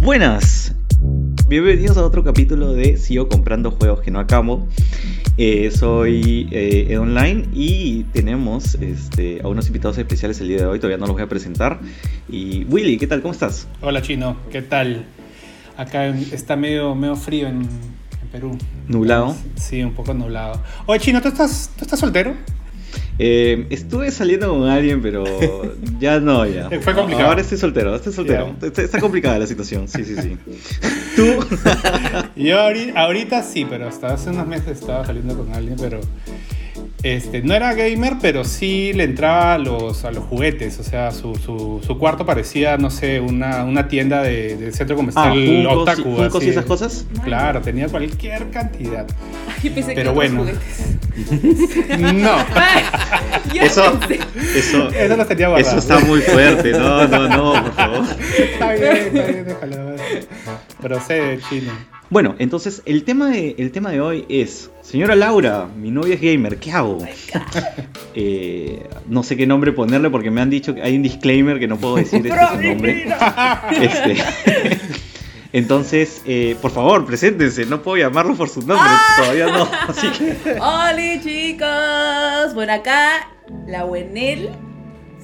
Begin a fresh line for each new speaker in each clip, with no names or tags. Buenas, bienvenidos a otro capítulo de Sigo comprando juegos que no acabo. Eh, soy eh, Ed Online y tenemos este, a unos invitados especiales el día de hoy, todavía no los voy a presentar. Y Willy, ¿qué tal? ¿Cómo estás?
Hola chino, ¿qué tal? Acá en- está medio, medio frío en, en Perú.
Nublado.
Sí, un poco nublado. Oye chino, ¿tú estás, tú estás soltero?
Eh, estuve saliendo con alguien, pero ya no, ya.
Fue complicado.
Ahora estoy soltero, estoy soltero.
Ya.
Está, está complicada la situación, sí, sí, sí. Tú,
Yo ahori- ahorita sí, pero hasta hace unos meses estaba saliendo con alguien, pero este, no era gamer, pero sí le entraba a los, a los juguetes. O sea, su, su, su cuarto parecía, no sé, una, una tienda de, de centro
ah,
comercial
Funkos y-
otaku.
Funkos y
así.
esas cosas.
Claro, tenía cualquier cantidad.
Yo pensé
Pero
que otros
bueno.
juguetes.
No,
Ah, yo
Eso,
pensé.
eso,
eso lo tenía
eso
guardado.
está muy fuerte. No, no, no, por favor.
Está bien, está bien, déjalo. Procede, chino.
Bueno, entonces el tema de, el tema de hoy es, señora Laura, mi novia es gamer, ¿qué
Oh
hago? Eh, no sé qué nombre ponerle porque me han dicho que hay un disclaimer que no puedo decir este es el nombre. Este, entonces, eh, por favor, preséntense, no puedo llamarlo por su nombre,
Ah.
todavía no. Así que,
Hola chicos. Bueno, acá la Oenel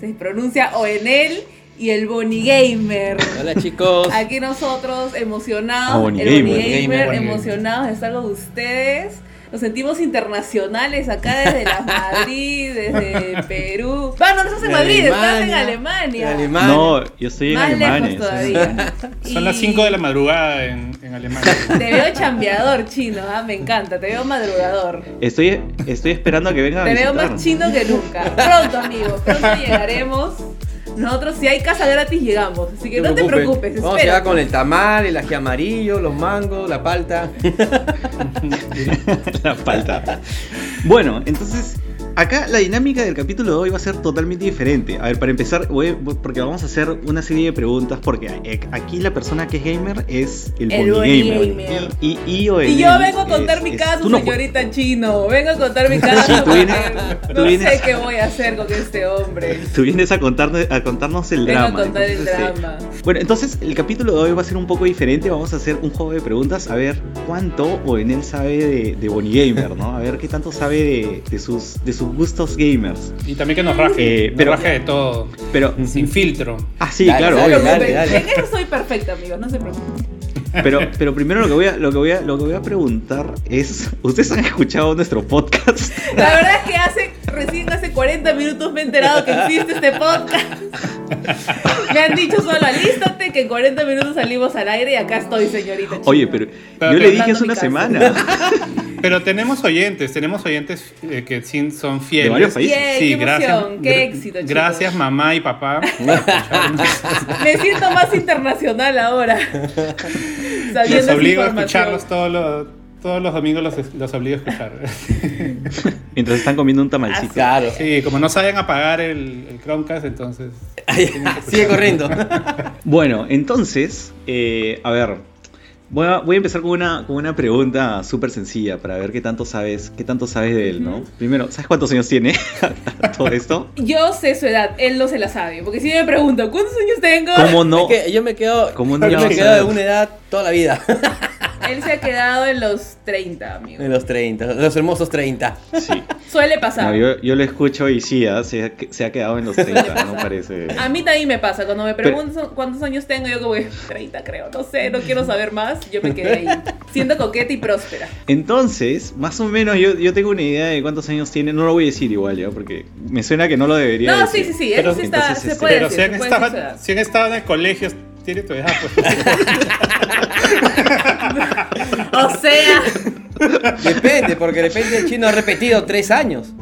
se pronuncia Oenel y el Bonnie Gamer.
Hola chicos.
Aquí nosotros emocionados,
Ah, Bonnie
el Bonnie
Gamer.
Gamer,
Bonnie Gamer.
emocionados de estar con ustedes. Nos sentimos internacionales acá desde la Madrid, desde Perú. Bueno, no estás en
De
Madrid, estás en
Alemania.
Alemania.
De Alemania.
no, yo estoy en
Más
Alemania.
lejos
estoy en Alemania.
todavía.
Son las
Y
5 de la madrugada en, en Alemania.
Te veo chambeador chino, ah, me encanta, te veo madrugador.
Estoy, estoy esperando a que vengan a
Te veo
visitar.
más chino que nunca. Pronto, amigo, pronto llegaremos. Nosotros, si hay casa gratis, llegamos. Así que no te preocupes,
Vamos
espera.
a llegar con el tamal, el ají amarillo, los mangos, la palta.
la falta. Bueno, entonces acá la dinámica del capítulo de hoy va a ser totalmente diferente. A ver, para empezar, voy- voy- porque vamos a hacer una serie de preguntas porque a- aquí la persona que es gamer es el,
El
Bonnie
Bonnie
gamer.
Gamer.
Y, y- y o el-
Y yo vengo a contar
es-
mi
es-
caso,
tú no jue-
señorita chino. Vengo a contar mi caso.
Sí, tú vienes-
porque
tú
no
vienes-
sé qué voy a hacer con este hombre.
Tú vienes a contarnos, a contarnos el
Vengo
drama.
a contar el
entonces, este,
drama.
Bueno, entonces el capítulo de hoy va a ser un poco diferente. Vamos a hacer un juego de preguntas. A ver cuánto o en él sabe de, de Bonnie Gamer, ¿no? A ver qué tanto sabe de, de sus, de sus gustos gamers.
Y también que nos raje,
Eh,
nos
pero-
raje de todo,
Pero,
sin filtro.
ah, sí,
Dale,
claro,
dale,
obvio.
Pero
dale,
en-
dale.
En eso soy perfecta, amigos, no se preocupen.
Pero, pero primero lo que, voy a, lo, que voy a, lo que voy a preguntar es, ¿ustedes han escuchado nuestro podcast?
La verdad es que hace, recién hace 40 minutos me he enterado que existe este podcast. Me han dicho solo alístate que en 40 minutos salimos al aire y acá estoy, señorita. Chino.
Oye, pero
Pero
yo
te
le
mando
dije hace
mi
una
caso.
semana.
Pero tenemos oyentes, tenemos oyentes eh, que sí son fieles.
De varios países.
Yay, qué emoción, qué
Gra-
éxito, chicos.
Gracias, mamá y papá.
Me siento más internacional ahora. Sabiendo
Los
esa
obligo a
información.
escucharlos todos los, todos los domingos, los, los obligo a escuchar.
Mientras están comiendo un
Ah,
tamalcito.
Claro.
Sí, como no saben apagar el, el Chromecast, entonces.
Sigue corriendo.
Bueno, entonces, eh, a ver, voy a, voy a empezar con una, con una pregunta súper sencilla para ver qué tanto sabes, qué tanto sabes de él, ¿no? Primero, ¿sabes cuántos años tiene todo esto?
Yo sé su edad, él no se la sabe. Porque si me pregunto, ¿cuántos años tengo?
¿Cómo no?
Es que yo me quedo.
¿Cómo no
yo
vas a
me quedo de
saber?
una edad toda la vida.
Él se ha quedado en los 30, amigo.
En los 30, los hermosos 30.
Sí.
Suele pasar.
No, yo, yo lo escucho y sí, ah, se, ha- se ha quedado en los 30, no parece.
A mí también me pasa, cuando me
Pero-
preguntan cuántos años tengo, yo como que 30 creo, no sé, no quiero saber más, yo me quedé ahí, siendo coqueta y próspera.
Entonces, más o menos yo, yo tengo una idea de cuántos años tiene. No lo voy a decir igual ya, porque me suena que no lo debería
No, sí,
decir.
sí, sí,
Pero-
eso sí está,
entonces,
se
este-
puede
Pero si
decir,
han,
se puede decir su
estado,
edad.
si han estado en el colegio, tiene tu edad, pues.
O sea,
Depende, porque de repente el chino ha repetido 3 años.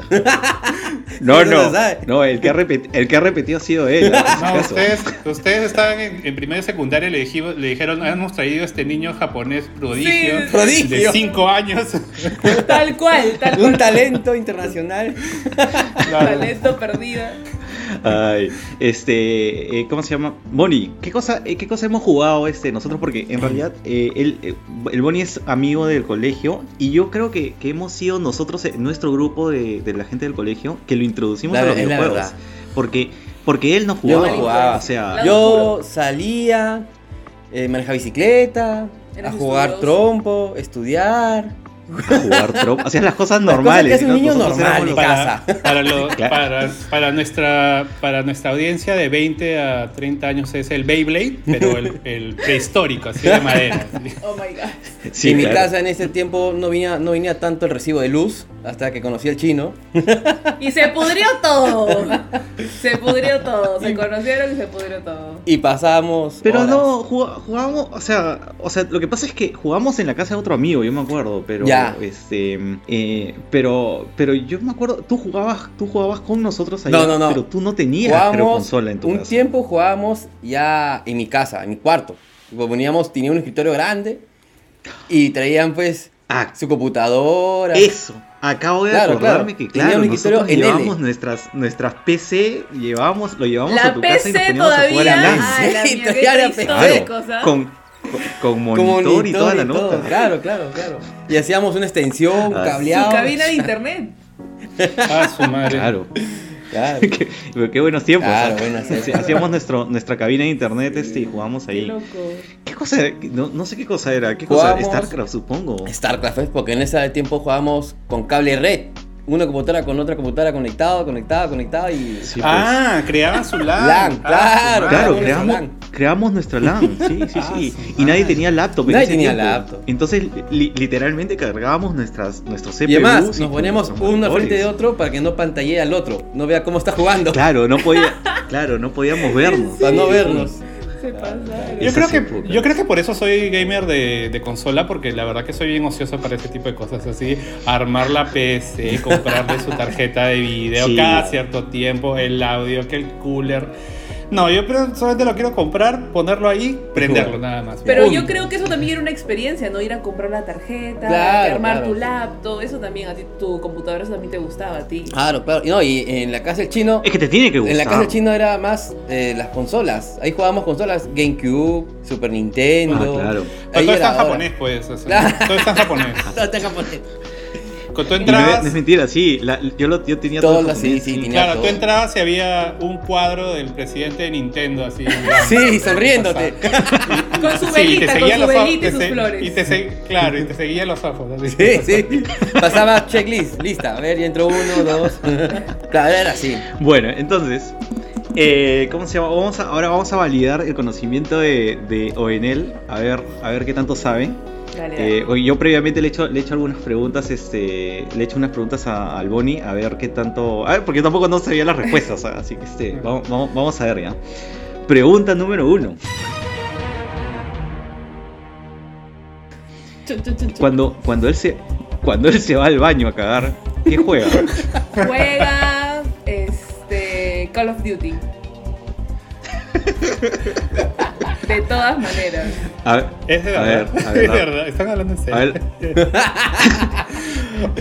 No,
Eso
no.
lo sabe.
No, el que ha, repeti- el que ha repetido ha sido él. en ese
No,
caso.
ustedes, ustedes estaban en, en primero de secundaria y le, dijimos- le dijeron, hemos traído a este niño japonés prodigio,
Sí,
prodigio.
de 5 años.
tal cual, tal cual,
Un talento internacional.
Claro.
talento perdido.
Ay, este, eh, ¿cómo se llama? Bonnie, ¿qué cosa, eh, qué cosa hemos jugado este nosotros? Porque en realidad eh, él, eh, el Bonnie es amigo del colegio y yo creo que, que hemos sido nosotros, eh, nuestro grupo de, de la gente del colegio, que lo introducimos
La
a los
ver- es la
videojuegos.
verdad.
Porque, porque él no
Yo no
jugaba.
jugaba.
O sea,
La-
Yo salía, eh, manejaba bicicleta, a
Eras
jugar
estudioso.
trompo, estudiar.
jugar trompo. Hacías las cosas
Las cosas
normales.
que hace un
¿no?
niño
Nosotros
normal,
éramos los-
Para, para, lo-
Claro.
para, para nuestra, para nuestra audiencia de 20 a 30 años es el Beyblade, pero el, el prehistórico, así de madera.
Oh my god.
Sí,
en mi
claro.
casa en ese tiempo no venía, no venía tanto el recibo de luz hasta que conocí al chino.
Y se pudrió todo. Se pudrió todo. Se conocieron y se pudrió todo.
Y pasamos.
Pero
horas.
no, jug- jugábamos, o sea, o sea, lo que pasa es que jugamos en la casa de otro amigo, yo me acuerdo, pero
Ya.
este eh, pero pero yo me acuerdo, tú jugabas, tú jugabas con nosotros allá,
No, no, no.
pero tú no tenías creo,
Jugábamos.
consola en tu
un
casa.
tiempo jugábamos ya en mi casa, en mi cuarto. Tipo, Poníamos, tenía un escritorio grande y traían pues
Ah,
su computadora.
eso. Acabo de
Claro,
acordarme
claro.
que
Tenía
claro,
un
nosotros
escritorio en L.
llevábamos nuestras nuestras PC, llevábamos lo llevábamos a
La
tu casa y nos
PC
poníamos a jugar
todavía.
a LAN.
Ah, la
Sí,
mierda,
todavía
qué
era
historia de
Claro,
cosas.
con, con, con
Con
monitor, y toda la
y todo,
nota.
Claro, claro, claro. Y hacíamos una extensión,
Ah, sí.
Su
cableado.
cabina de internet.
Ah, su madre.
Claro.
Claro.
qué, pero qué buenos tiempos.
Claro,
¿ah?
buenas
Sí,
épocas.
Hacíamos nuestro, nuestra cabina de internet este, y jugamos
Qué
ahí.
loco.
¿Qué cosa era? No, no sé qué cosa era. ¿Qué cosa?
Jugamos-
StarCraft, supongo.
StarCraft, pues, porque en ese tiempo jugábamos con cable red. Una computadora con otra computadora conectado, conectada, conectada y.
Sí, pues.
Ah, creaban su LAN.
LAN,
Ah,
claro,
su madre.
Claro,
ah,
creamos,
nuestra
creamos nuestra LAN, sí, sí,
Ah,
sí.
su
y nadie
madre.
tenía laptop. en
Nadie
ese
tenía
tiempo.
laptop.
Entonces, li- literalmente cargábamos nuestras, nuestros CPUs.
Y además, nos
con
poníamos
nuestros
uno al frente de
monitores.
otro para que no pantallee al otro. No vea cómo está jugando.
Claro, no podía, claro, no podíamos vernos.
Para no vernos.
Se pasaron.
Yo
Esa
creo,
sí,
que,
puta.
yo creo que por eso soy gamer de, de consola, porque la verdad que soy bien ocioso para este tipo de cosas así. Armar la PC, comprarle su tarjeta de video
Sí.
cada cierto tiempo, el audio, que el cooler. No, yo pre- solamente lo quiero comprar, ponerlo ahí, prenderlo nada más.
Pero yo
Punto.
creo que eso también era una experiencia, ¿no? Ir a comprar la tarjeta,
Claro,
armar
claro.
tu laptop, eso también a ti, tu computadora, eso también te gustaba a ti.
Claro, claro. Y No, y en la casa del chino.
Es que te tiene que gustar.
En la casa del chino era más eh, las consolas. Ahí jugábamos consolas GameCube, Super Nintendo.
Ah, claro.
Pero
Ahí
todo está
era
en
ahora.
japonés, pues. o sea,
Claro.
Todo está en japonés.
Todo está en japonés.
Cuando tú
Y no, es-
entrabas.
no es mentira, sí. la- yo, lo, yo tenía
Todo
el
lo- sí,
japonés.
sí, tenía
Claro,
todo.
tú entrabas y había un cuadro del presidente de Nintendo así.
Sí, sonriéndote.
Con su
Sí,
velita, con
seguía
su
los ojos,
velita y
te
sus
se-
flores.
y te se- claro, y te seguía los ojos. así.
Sí, sí. Pasaba checklist, lista. A ver, ya entró uno, dos. Claro, era así.
Bueno, entonces, eh, ¿cómo se llama? Vamos a- ahora vamos a validar el conocimiento de, de Oenel, a ver, a ver qué tanto sabe.
Dale, dale.
Eh, hoy yo previamente le he hecho, le he hecho algunas preguntas, este, le he hecho unas preguntas a, al Boni, a ver qué tanto... A ver, porque tampoco no sabía las respuestas, ¿ah? así que este, vamos, vamos, vamos a ver ya. Pregunta número uno.
Chun, chun, chun, chun.
Cuando, cuando, él se, cuando él se va al baño a cagar, ¿qué juega?
Juega este, Call of Duty. De todas maneras.
A ver,
Es de
A
verdad.
ver, a ver,
es de
a-
verdad. Están hablando en serio.
a ver,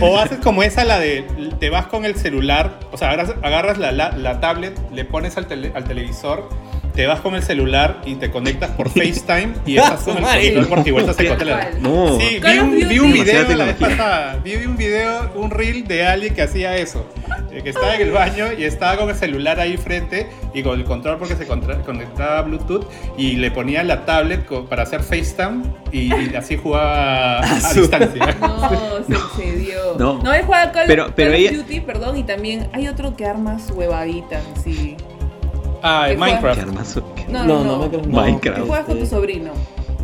O haces como esa, la de te vas con el celular, o sea, agarras, agarras la, la- la tablet, le pones al, tele- al televisor, te vas con el celular y te conectas por FaceTime y estás con el
Madre.
control porque igual estás en
Tal
control.
cual.
no.
Sí,
Call
vi
of
un,
Duty.
vi un video
Demasiada
la vez
tecnología.
pasada, vi un video, un reel de alguien que hacía eso, eh, que estaba en el baño y estaba con el celular ahí frente y con el control porque se contra- conectaba a Bluetooth y le ponía la tablet co- para hacer FaceTime y, y así jugaba a,
su-
distancia.
No, se excedió.
No.
No, él juega Call,
Pero- pero
Call
ella-
of Duty, perdón, y también hay otro que arma su huevadita, sí.
Ah,
¿Qué
en Minecraft.
Qué armazo.
No, no, no.
Minecraft
Minecraft.
Tú juegas con tu sobrino.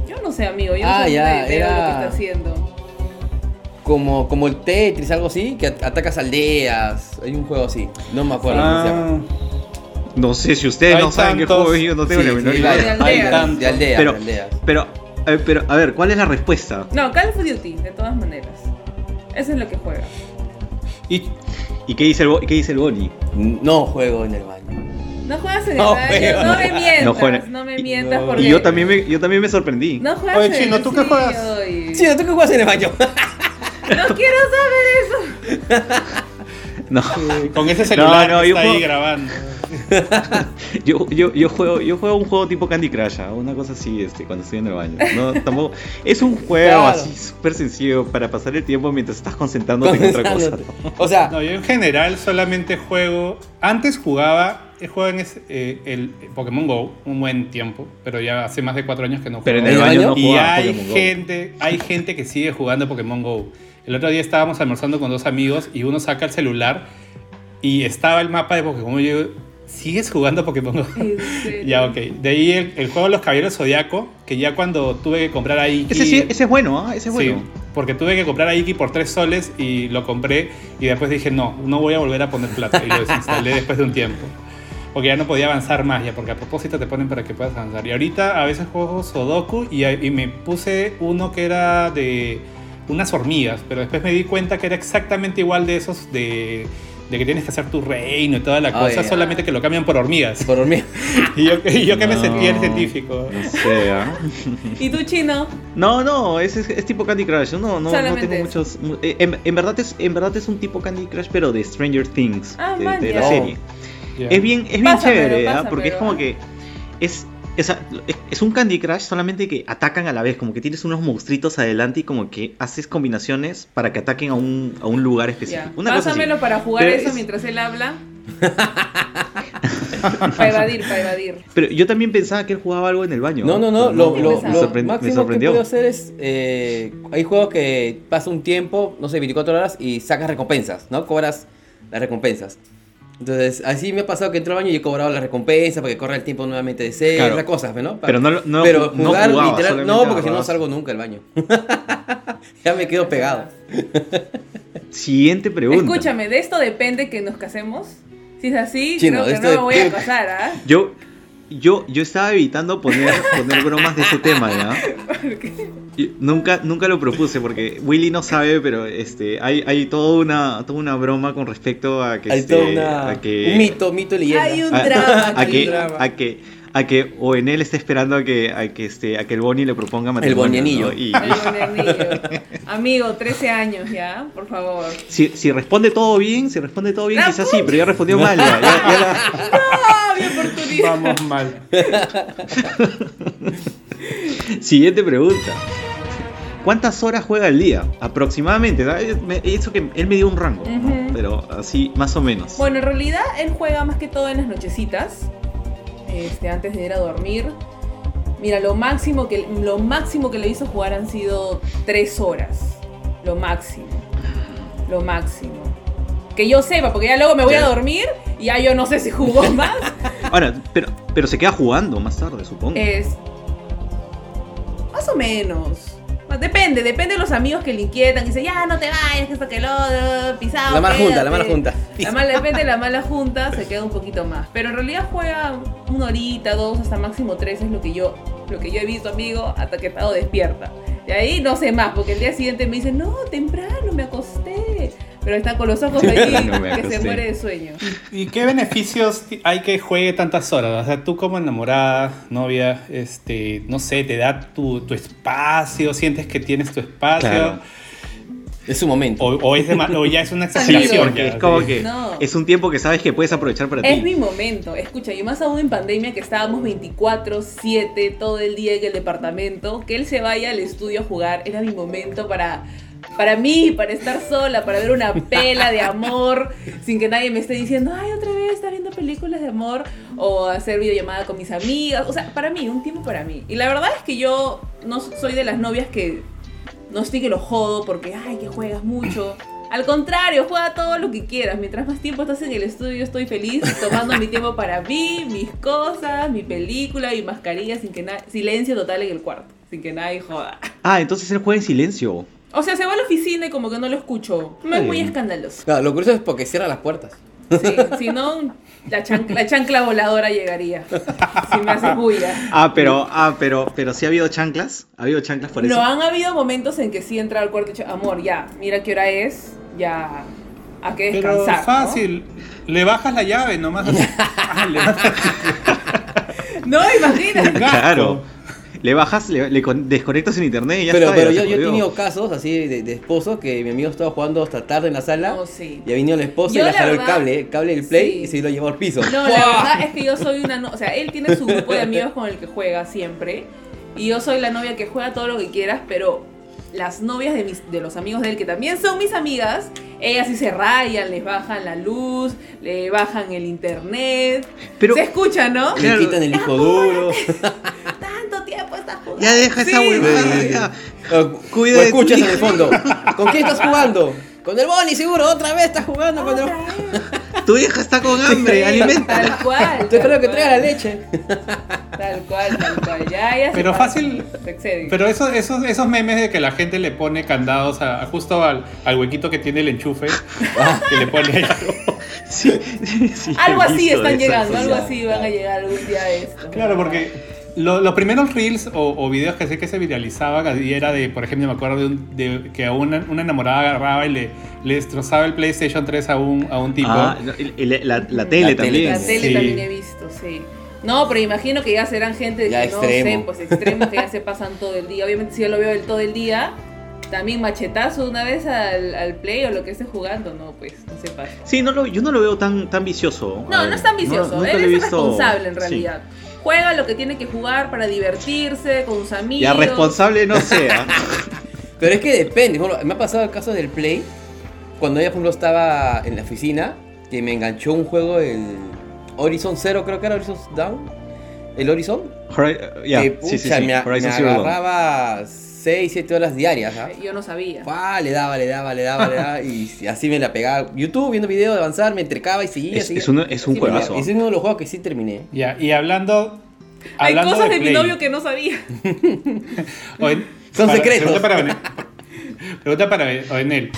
Yo no sé, amigo. Yo
Este, Ah,
no sé
ya,
de- de
era-
lo que está haciendo.
Como, como el Tetris, algo así, que at- atacas aldeas. Hay un juego así. No me acuerdo cómo se llama.
Ah,
No sé si ustedes
Hay
no saben qué
tantos.
juego es, yo no tengo
Sí,
la menor
sí,
idea.
varios.
De
Hay
aldeas.
tantos. De aldeas,
Pero-
de aldeas.
Pero, a ver, pero, a ver, ¿cuál es la respuesta?
No, Call of Duty, de todas maneras. Eso es lo que juega.
¿Y, y qué dice el, Bo- qué dice el Boni?
No juego en el baño.
No juegas en el
No
baño,
juego.
no me mientas.
No
No,
juega-
me mientas
No.
porque.
Y yo también me, yo también me sorprendí.
No juegas
Oye,
en el
Chino, ¿tú qué
bolsillo
juegas?
y-
Sí, ¿tú qué juegas en el baño?
No quiero saber eso.
No.
con ese celular
No, no,
que
yo
está ahí
juego-
grabando.
Yo, yo, yo, juego, yo juego un juego tipo Candy Crush, ¿ah? una cosa así, este, cuando estoy en el baño. No, tampoco, es un juego
Claro.
así súper sencillo para pasar el tiempo mientras estás concentrándote en otra cosa.
O sea,
No, yo en general solamente juego. Antes jugaba, he jugado en ese- eh, el Pokémon Go un buen tiempo, pero ya hace más de cuatro años que no juego.
Pero en
¿En
el
el
baño
baño?
no
y
jugaba
hay
Pokémon Go.
gente, hay gente que sigue jugando Pokémon Go. El otro día estábamos almorzando con dos amigos y uno saca el celular y estaba el mapa de Pokémon. Y yo, digo, ¿sigues jugando Pokémon Go?
En serio.
ya, ok. De ahí el, el juego de los Caballeros Zodiaco, que ya cuando tuve que comprar ahí.
Ese, sí- ese es bueno, ¿ah? ese es
Sí,
bueno.
porque tuve que comprar a Iki por 3 soles y lo compré y después dije, no, no voy a volver a poner plata y lo desinstalé después de un tiempo. Porque ya no podía avanzar más, ya porque a propósito te ponen para que puedas avanzar. Y ahorita a veces juego Sudoku y, y me puse uno que era de unas hormigas, pero después me di cuenta que era exactamente igual de esos de, de que tienes que hacer tu reino y toda la
Ay,
cosa,
ay.
solamente que lo cambian por hormigas.
por mí.
Y yo, y yo que me
No.
sentía el científico.
No sé, ¿ah?
¿Y tú, chino?
No, no, es, es- es tipo Candy Crush. Yo no, no, no
Solamente
tengo
eso.
muchos. mu- eh, En, en verdad es, en verdad es un tipo Candy Crush, pero de Stranger Things,
Ah,
de, de
maña.
la serie.
Ya.
Es bien, es bien
Pásamelo,
chévere, ¿ah?
pásamelo.
porque es como que es, es, es un Candy Crush solamente que atacan a la vez, como que tienes unos monstruitos adelante y como que haces combinaciones para que ataquen a un, a un lugar específico.
Ya.
Una cosa así.
Pásamelo para jugar
Pero
eso
es-
mientras él habla. para evadir, para evadir.
Pero yo también pensaba que él jugaba algo en el baño.
No, no, no.
Pero
Lo,
no,
lo-
me
lo
sorpre- me
máximo que
sorprendió.
puedo hacer es. eh, hay juegos que pasa un tiempo, no sé, 24 horas y sacas recompensas, ¿no? Cobras las recompensas. Entonces, así me ha pasado que entro al baño y he cobrado las recompensas para que corra el tiempo nuevamente de ser,
Claro.
esas cosas, ¿no? Para-
Pero no, lo- no,
pero
no
jugar
jugaba,
literal.
solamente
No, porque si no
agarrabas.
salgo nunca al baño. ya me quedo pegado.
Siguiente pregunta.
Escúchame, de esto depende que nos casemos. Si es así, creo
Chino, de
que
esto
no me voy a
depende.
casar, ¿ah?
Yo, yo, yo estaba evitando poner, poner bromas de ese tema, ¿ya? Y Nunca, nunca lo propuse porque Willy no sabe, pero este, hay, hay toda una, toda una broma con respecto a que,
Hay
este,
toda una-
a que
un mito, mito y leyenda.
Hay un
a-
drama
a
aquí.
que,
drama.
a que, a que o en él está esperando a que, a que este, a que el Bonnie le proponga matrimonio.
bonianillo.
¿no? Y,
El bonanillo. Amigo, 13 años ya, por favor.
si, si responde todo bien, si responde todo bien,
¡La
quizás sí, pero ya respondió mal. ya- ya- ya la-
¡Ah, mi oportunidad!
Vamos mal.
Siguiente pregunta. ¿Cuántas horas juega al día? Aproximadamente. ¿sabes? Me- Eso que él me dio un rango, ¿no?
Ujú.
pero así más o menos.
Bueno, en realidad él juega más que todo en las nochecitas, este, antes de ir a dormir. Mira, lo máximo que lo máximo que le hizo jugar han sido tres horas, lo máximo, lo máximo. Que yo sepa, porque ya luego me voy a
Ya.
dormir y ya yo no sé si jugó más.
Ahora, pero, pero se queda jugando más tarde, supongo.
Es más o menos. Depende, depende de los amigos que le inquietan. Que dicen, ya no te vayas, que esto que lo otro, pisado.
La mala junta, la mala
quédate".
junta.
La mala, depende de la mala junta, se queda un poquito más. Pero en realidad juega una horita, dos, hasta máximo tres, es lo que yo, lo que yo he visto, amigo, hasta que he estado despierta. De ahí no sé más, porque el día siguiente me dicen, no, temprano, me acosté. Pero está con los ojos ahí,
Temprano me
que se
acosté.
muere de sueño.
¿Y qué beneficios ti- hay que juegue tantas horas? O sea, tú como enamorada, novia, este, no sé, te da tu, tu espacio, sientes que tienes tu espacio,
Claro.
Es su momento.
o, o es dema- o ya es una
Sí,
exageración.
porque
ya,
es como
sí.
que
No.
es un tiempo que sabes que puedes aprovechar para
Es
ti.
mi momento, escucha, y más aún en pandemia que estábamos 24, 7, todo el día en el departamento, que él se vaya al estudio a jugar, era mi momento para, para mí, para estar sola, para ver una pela de amor, sin que nadie me esté diciendo, ay, otra vez está viendo películas de amor, o hacer videollamada con mis amigas, o sea, para mí, un tiempo para mí. Y la verdad es que yo no soy de las novias que no estoy que lo jodo porque, ay, que juegas mucho. Al contrario, juega todo lo que quieras. Mientras más tiempo estás en el estudio, yo estoy feliz tomando mi tiempo para mí, mis cosas, mi película, mi mascarilla, sin que na- silencio total en el cuarto, sin que nadie joda.
Ah, entonces él juega en silencio.
O sea, se va a la oficina y como que no lo escucho. No es muy escandaloso.
Claro, lo curioso es porque cierra las puertas.
Sí, si no, la, chan- la chancla voladora llegaría. Si me hace bulla.
Ah, pero, ah, pero, pero sí ha habido chanclas. Ha habido chanclas por eso.
No han habido momentos en que sí entra al cuarto y dicho, amor, ya, mira qué hora es, ya, a que
Pero
descansar. ¿no?
fácil, le bajas la llave nomás. así. Ah, le bajas
No, imagínate.
el gasto.
Claro. Le bajas, le, le con- desconectas en internet y ya
pero
está.
pero
ya
yo,
se
yo he
jodió.
tenido casos así de, de esposos que mi amigo estaba jugando hasta tarde en la sala
No, sí.
y ha venido la esposa
Yo,
y le
la
jaló el
verdad,
cable, el cable del play
sí.
y se lo llevó al piso.
No, la verdad es que yo soy una. No o sea, él tiene su grupo de amigos con el que juega siempre. Y yo soy la novia que juega todo lo que quieras, pero las novias de, mis, de los amigos de él, que también son mis amigas, ellas sí se rayan, les bajan la luz, le bajan el internet.
Pero
se escucha, ¿no? "Ah,
Le
Claro.
quitan el hijo duro.
Tanto tiempo estás jugando.
ya deja esa
Sí.
huevada.
Sí.
ya.
O-
Cuida
o
de tu
escuchas en
hija.
el fondo. ¿Con quién estás jugando? Con el Bonnie, seguro, otra vez estás jugando con el
Otra vez.
Tu hija está con hambre, alimenta.
Tal cual.
Te creo que
tal
traiga la
cual,
leche.
Tal cual, tal cual. Ya, ya se
Pero
pasa,
fácil-
Se excede.
Pero esos, esos, esos memes de que la gente le pone candados a, a justo al, al huequito que tiene el enchufe, que le pone
Sí, sí,
algo
he
así
visto
están
eso.
llegando, algo
ya,
así
claro.
van a llegar algún día a esto.
Claro, porque lo- los primeros reels o, o videos que sé que se viralizaban así era de, por ejemplo, me acuerdo de, un- de que a una, una enamorada agarraba y le, le destrozaba el PlayStation 3 a un, a un tipo.
Ah, no, y- y la, la- la tele
La tele
también.
La tele
Sí.
también he visto, sí. No, pero imagino que ya serán gente
Ya
que no sé,
extremo.
pues extremos que ya se pasan todo el día. Obviamente si yo lo veo el todo el día, también machetazo una vez al, al play o lo que esté jugando, no, pues no se pasa.
Sí, no lo- yo no lo veo tan, tan vicioso.
No, no es tan vicioso,
nunca
él
lo
es
he visto-
responsable en
sí.
realidad. Juega lo que tiene que jugar para divertirse con sus amigos.
Ya responsable no ¿ah? sea.
Pero es que depende. por ejemplo, me ha pasado casos del Play. Cuando ella, por ejemplo, estaba en la oficina, que me enganchó un juego, el Horizon Zero, creo que era Horizon Down. El Horizon.
Hori- ya,
que
sí, sí,
pucha,
sí,
me, a-
Horizon
me
Zero Dawn.
agarraba 6, 7 horas diarias. ¿ah?
Yo no sabía.
Pa, le daba, le daba, le daba, le daba. Y así me la pegaba. YouTube, viendo videos de avanzar, me entrecaba y seguía.
Es,
seguía.
es un, es un
Sí, pero
juegazo.
Ese es uno de los juegos que sí terminé.
Ya, y hablando.
Hay
hablando
cosas de, mi
Play,
novio que no sabía.
Oen-
Son
para-
secretos.
Pregunta para Oenel. Pregunta para Oenel.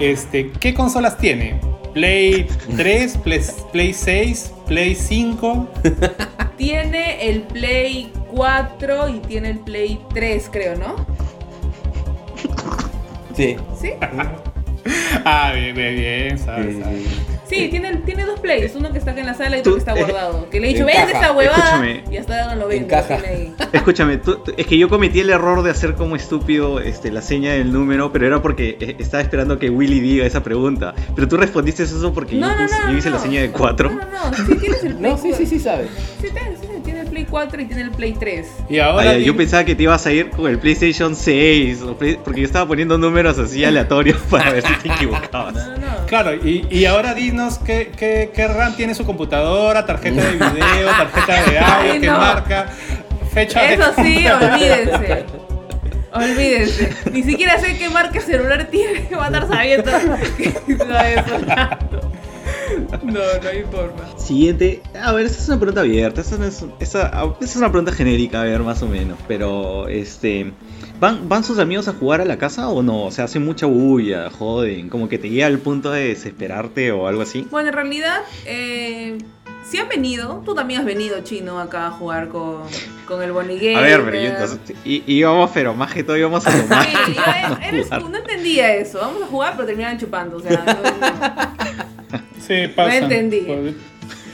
Este, ¿Qué consolas tiene? ¿Play 3, Play, Play 6, Play 5?
Tiene el Play 4 y tiene el Play 3, creo, ¿no?
Sí.
¿Sí?
Ah, bien, bien, bien. Sabes,
Sí, sí,
sabes.
sí.
Sí, tiene, tiene dos plays, uno que está acá en la sala y
eh,
otro
Tú-
que está
eh,
guardado. Que le he dicho,
encaja.
vende esta huevada.
Escúchame.
Y hasta ahora no lo vende.
Encaja.
lo tiene ahí.
Escúchame, tú- tú- es que yo cometí el error de hacer como estúpido este, la seña del número, pero era porque eh, estaba esperando que Willy diga esa pregunta. Pero tú respondiste eso porque
No,
yo,
no,
puse-
no.
yo hice la
no.
seña de 4.
No, no, no. Sí, tienes el Play
No, sí, sí, sí, sabes.
Sí, tiene, sí, sí, tiene el Play 4 y tiene el Play 3.
Y ahora.
yo
di-
pensaba que te ibas a ir con el PlayStation 6, o Play- porque yo estaba poniendo números así aleatorios para ver si te equivocabas.
No, no, no.
Claro, y, y ahora dinos qué, qué, qué RAM tiene su computadora, tarjeta de video, tarjeta de audio,
Ay,
qué
no.
marca, fecha de.
Eso sí, olvídense. Olvídense. Ni siquiera sé qué marca celular tiene. Va a estar sabiendo que no No, no hay forma.
Siguiente, a ver, esta es una pregunta abierta, esta, no es, esta- ah, esta es una pregunta genérica, a ver, más o menos, pero este... ¿Van, ¿Van sus amigos a jugar a la casa o no? O sea, hacen mucha bulla, joden, como que te llega al punto de desesperarte o algo así.
Bueno, en realidad, eh, si han venido, tú también has venido chino acá a jugar con, con el Bonnie
A ver, pero
Gamer.
yo, y, íbamos, pero más que todo íbamos a tomar.
Sí, yo-
a
eres-
jugar.
no entendía eso. Vamos a jugar, pero terminaban chupando. O sea, no, no-
Sí, pasa.
No entendí. no
Y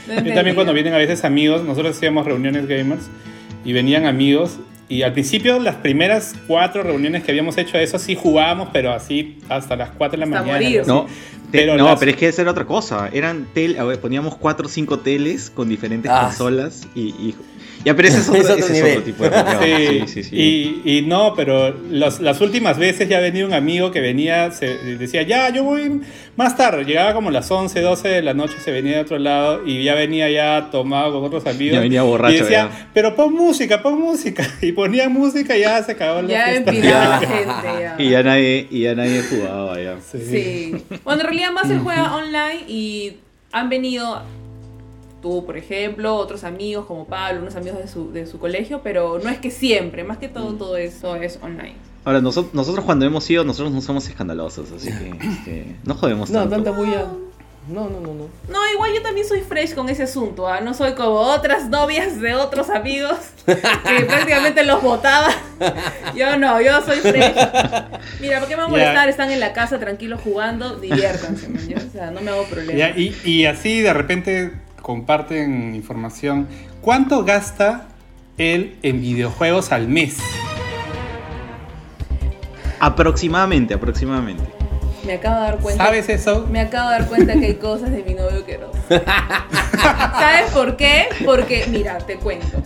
entendía.
también cuando vienen a veces amigos, nosotros hacíamos reuniones gamers y venían amigos y al principio las primeras cuatro reuniones que habíamos hecho eso sí jugábamos, pero así hasta las 4 de la
Hasta
mañana.
morir.
algo
No,
así.
te-
Pero
no,
las-
pero es que esa era otra cosa. Eran tel, a ver, poníamos cuatro o cinco teles con diferentes
Ah.
consolas y, y- ya, pero ese es otro,
Es otro
ese es
nivel.
otro tipo de reunión.
Sí,
sí, sí, sí.
Y, y no, pero los- las últimas veces ya venía un amigo que venía, se, decía, ya, yo voy más tarde. Llegaba como las 11, 12 de la noche, se venía de otro lado y ya venía ya tomado con otros amigos.
Ya venía borracho,
Y decía,
ya.
pero pon música, pon música. Y ponía música y ya se acabó la
Ya
fiesta.
empinaba
Ya.
gente. Ya.
Y ya nadie, y ya nadie jugaba ya.
Sí.
Sí. Bueno, en realidad más se juega online y han venido tú, por ejemplo, otros amigos como Pablo, unos amigos de su, de su colegio, pero no es que siempre, más que todo, todo eso es online.
Ahora, noso- nosotros cuando hemos ido, nosotros no somos escandalosos, así que este, no jodemos
No,
tanto.
tanta bulla. No, no, no, no.
No, igual yo también soy fresh con ese asunto, ¿ah? no soy como otras novias de otros amigos que prácticamente los botaba. Yo no, yo soy fresh. Mira, ¿por qué me va
Ya.
a molestar? Están en la casa tranquilos jugando, diviértanse, man, ya, o sea, no me hago problema.
Ya, y, y así de repente comparten información. ¿Cuánto gasta él en videojuegos al mes?
Aproximadamente, aproximadamente.
Me acabo de dar cuenta.
¿Sabes eso?
Me acabo de dar cuenta que hay cosas de mi novio que no. sé. ¿Sabes por qué? Porque, mira, te cuento.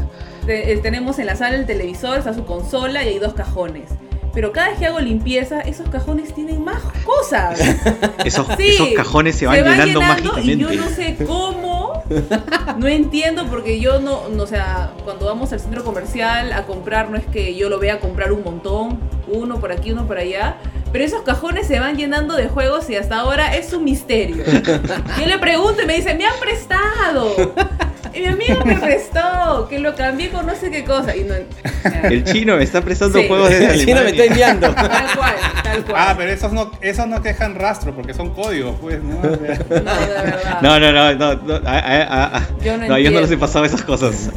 Te- eh, tenemos en la sala el televisor, está su consola y hay dos cajones. Pero cada vez que hago limpieza, esos cajones tienen más cosas.
Esos,
Sí,
esos cajones se van, llenando,
Y yo
mágicamente.
no sé cómo, no entiendo porque yo no, no, o sea, cuando vamos al centro comercial a comprar, no es que yo lo vea a comprar un montón, uno por aquí, uno por allá, pero esos cajones se van llenando de juegos y hasta ahora es un misterio. Yo le pregunto y me dice, me han prestado. Y mi amigo me prestó, que lo cambié con no sé qué cosa. Y no, o sea,
El chino me está prestando
Sí.
juegos desde
Sí, no me está
Alemania.
enviando.
tal cual, tal cual.
Ah, pero esos no, esos no que dejan rastro porque son códigos, pues, ¿no? O sea,
No, de verdad.
No, no, no, no, no, ah, ah, ah, ah.
Yo no
no, yo no les he
entiendo.
pasado esas cosas.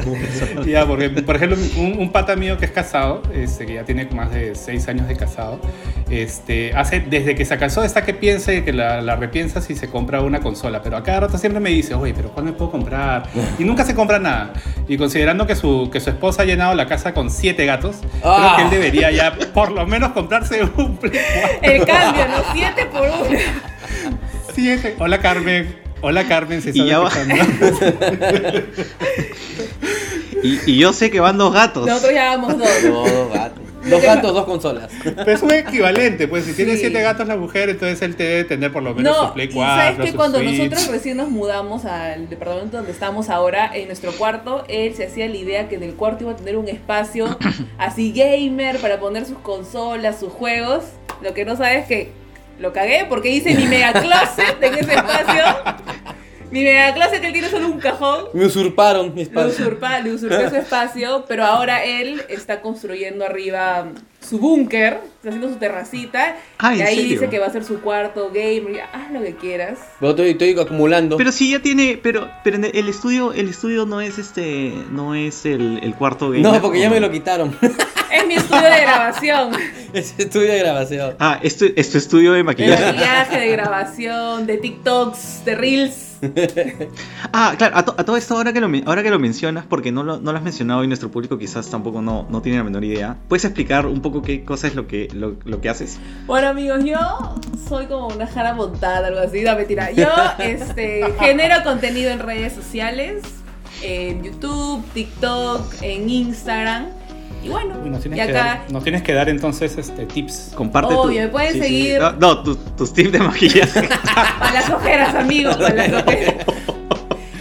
Ya, porque, por ejemplo, un, un pata mío que es casado, este, que ya tiene más de seis años de casado, este, hace, desde que se casó está que piense, que la, la repiensa si se compra una consola, pero a cada rato siempre me dice, oye, pero ¿cuándo me puedo comprar? Y nunca se compra nada. Y considerando que su, que su esposa ha llenado la casa con siete gatos, creo
Ah.
que él debería ya por lo menos comprarse un Play cuatro.
El cambio, ¿no? Siete por uno.
Siete. Hola, Carmen. Hola, Carmen, se
Y ya va. Y, y yo sé que van dos gatos.
Nosotros ya vamos dos.
No, dos gatos. Dos gatos, dos consolas.
Pero es un equivalente, pues si tiene
Sí.
siete gatos la mujer, entonces él te debe tener por lo menos
No,
su Play
y
4.
sabes que
su
cuando
Switch.
nosotros recién nos mudamos al departamento donde estamos ahora, en nuestro cuarto, él se hacía la idea que en el cuarto iba a tener un espacio así gamer para poner sus consolas, sus juegos. Lo que no sabes es que lo cagué porque hice mi mega closet en ese espacio. Mi mega closet, él tiene solo un cajón.
Me usurparon
Lo
mi espacio.
usurpa, le usurpé su espacio, pero ahora él está construyendo arriba su búnker, está haciendo su terracita.
Ah,
y
¿en
ahí
serio?
dice que va a ser su cuarto gamer. ya, Haz lo que quieras.
Pero estoy, estoy acumulando.
Pero sí ya tiene, pero, pero en el estudio, el estudio no es este, no es el, el cuarto gamer.
No, porque ya
¿o
me
no?
lo quitaron.
Es mi estudio de grabación.
Es estudio de grabación.
Ah, esto es tu estudio de
De
maquillaje.
maquillaje, de grabación, de TikToks, de Reels.
Ah, claro, a, to- a todo esto ahora que lo, men- ahora que lo mencionas, porque no lo, no lo has mencionado y nuestro público quizás tampoco no, no tiene la menor idea, ¿puedes explicar un poco qué cosa es lo que, lo, lo que haces?
Bueno, amigos, yo soy como una jara montada, algo así. No, mentira. Yo este, genero contenido en redes sociales, en YouTube, TikTok, en Instagram. Y bueno,
Uy, nos,
y
tienes que
acá
dar, nos tienes que dar entonces este, tips.
Comparte
Obvio,
tu-
me pueden seguir.
No, no, tu- tus tips de maquillaje.
Para las ojeras, amigos, para las ojeras.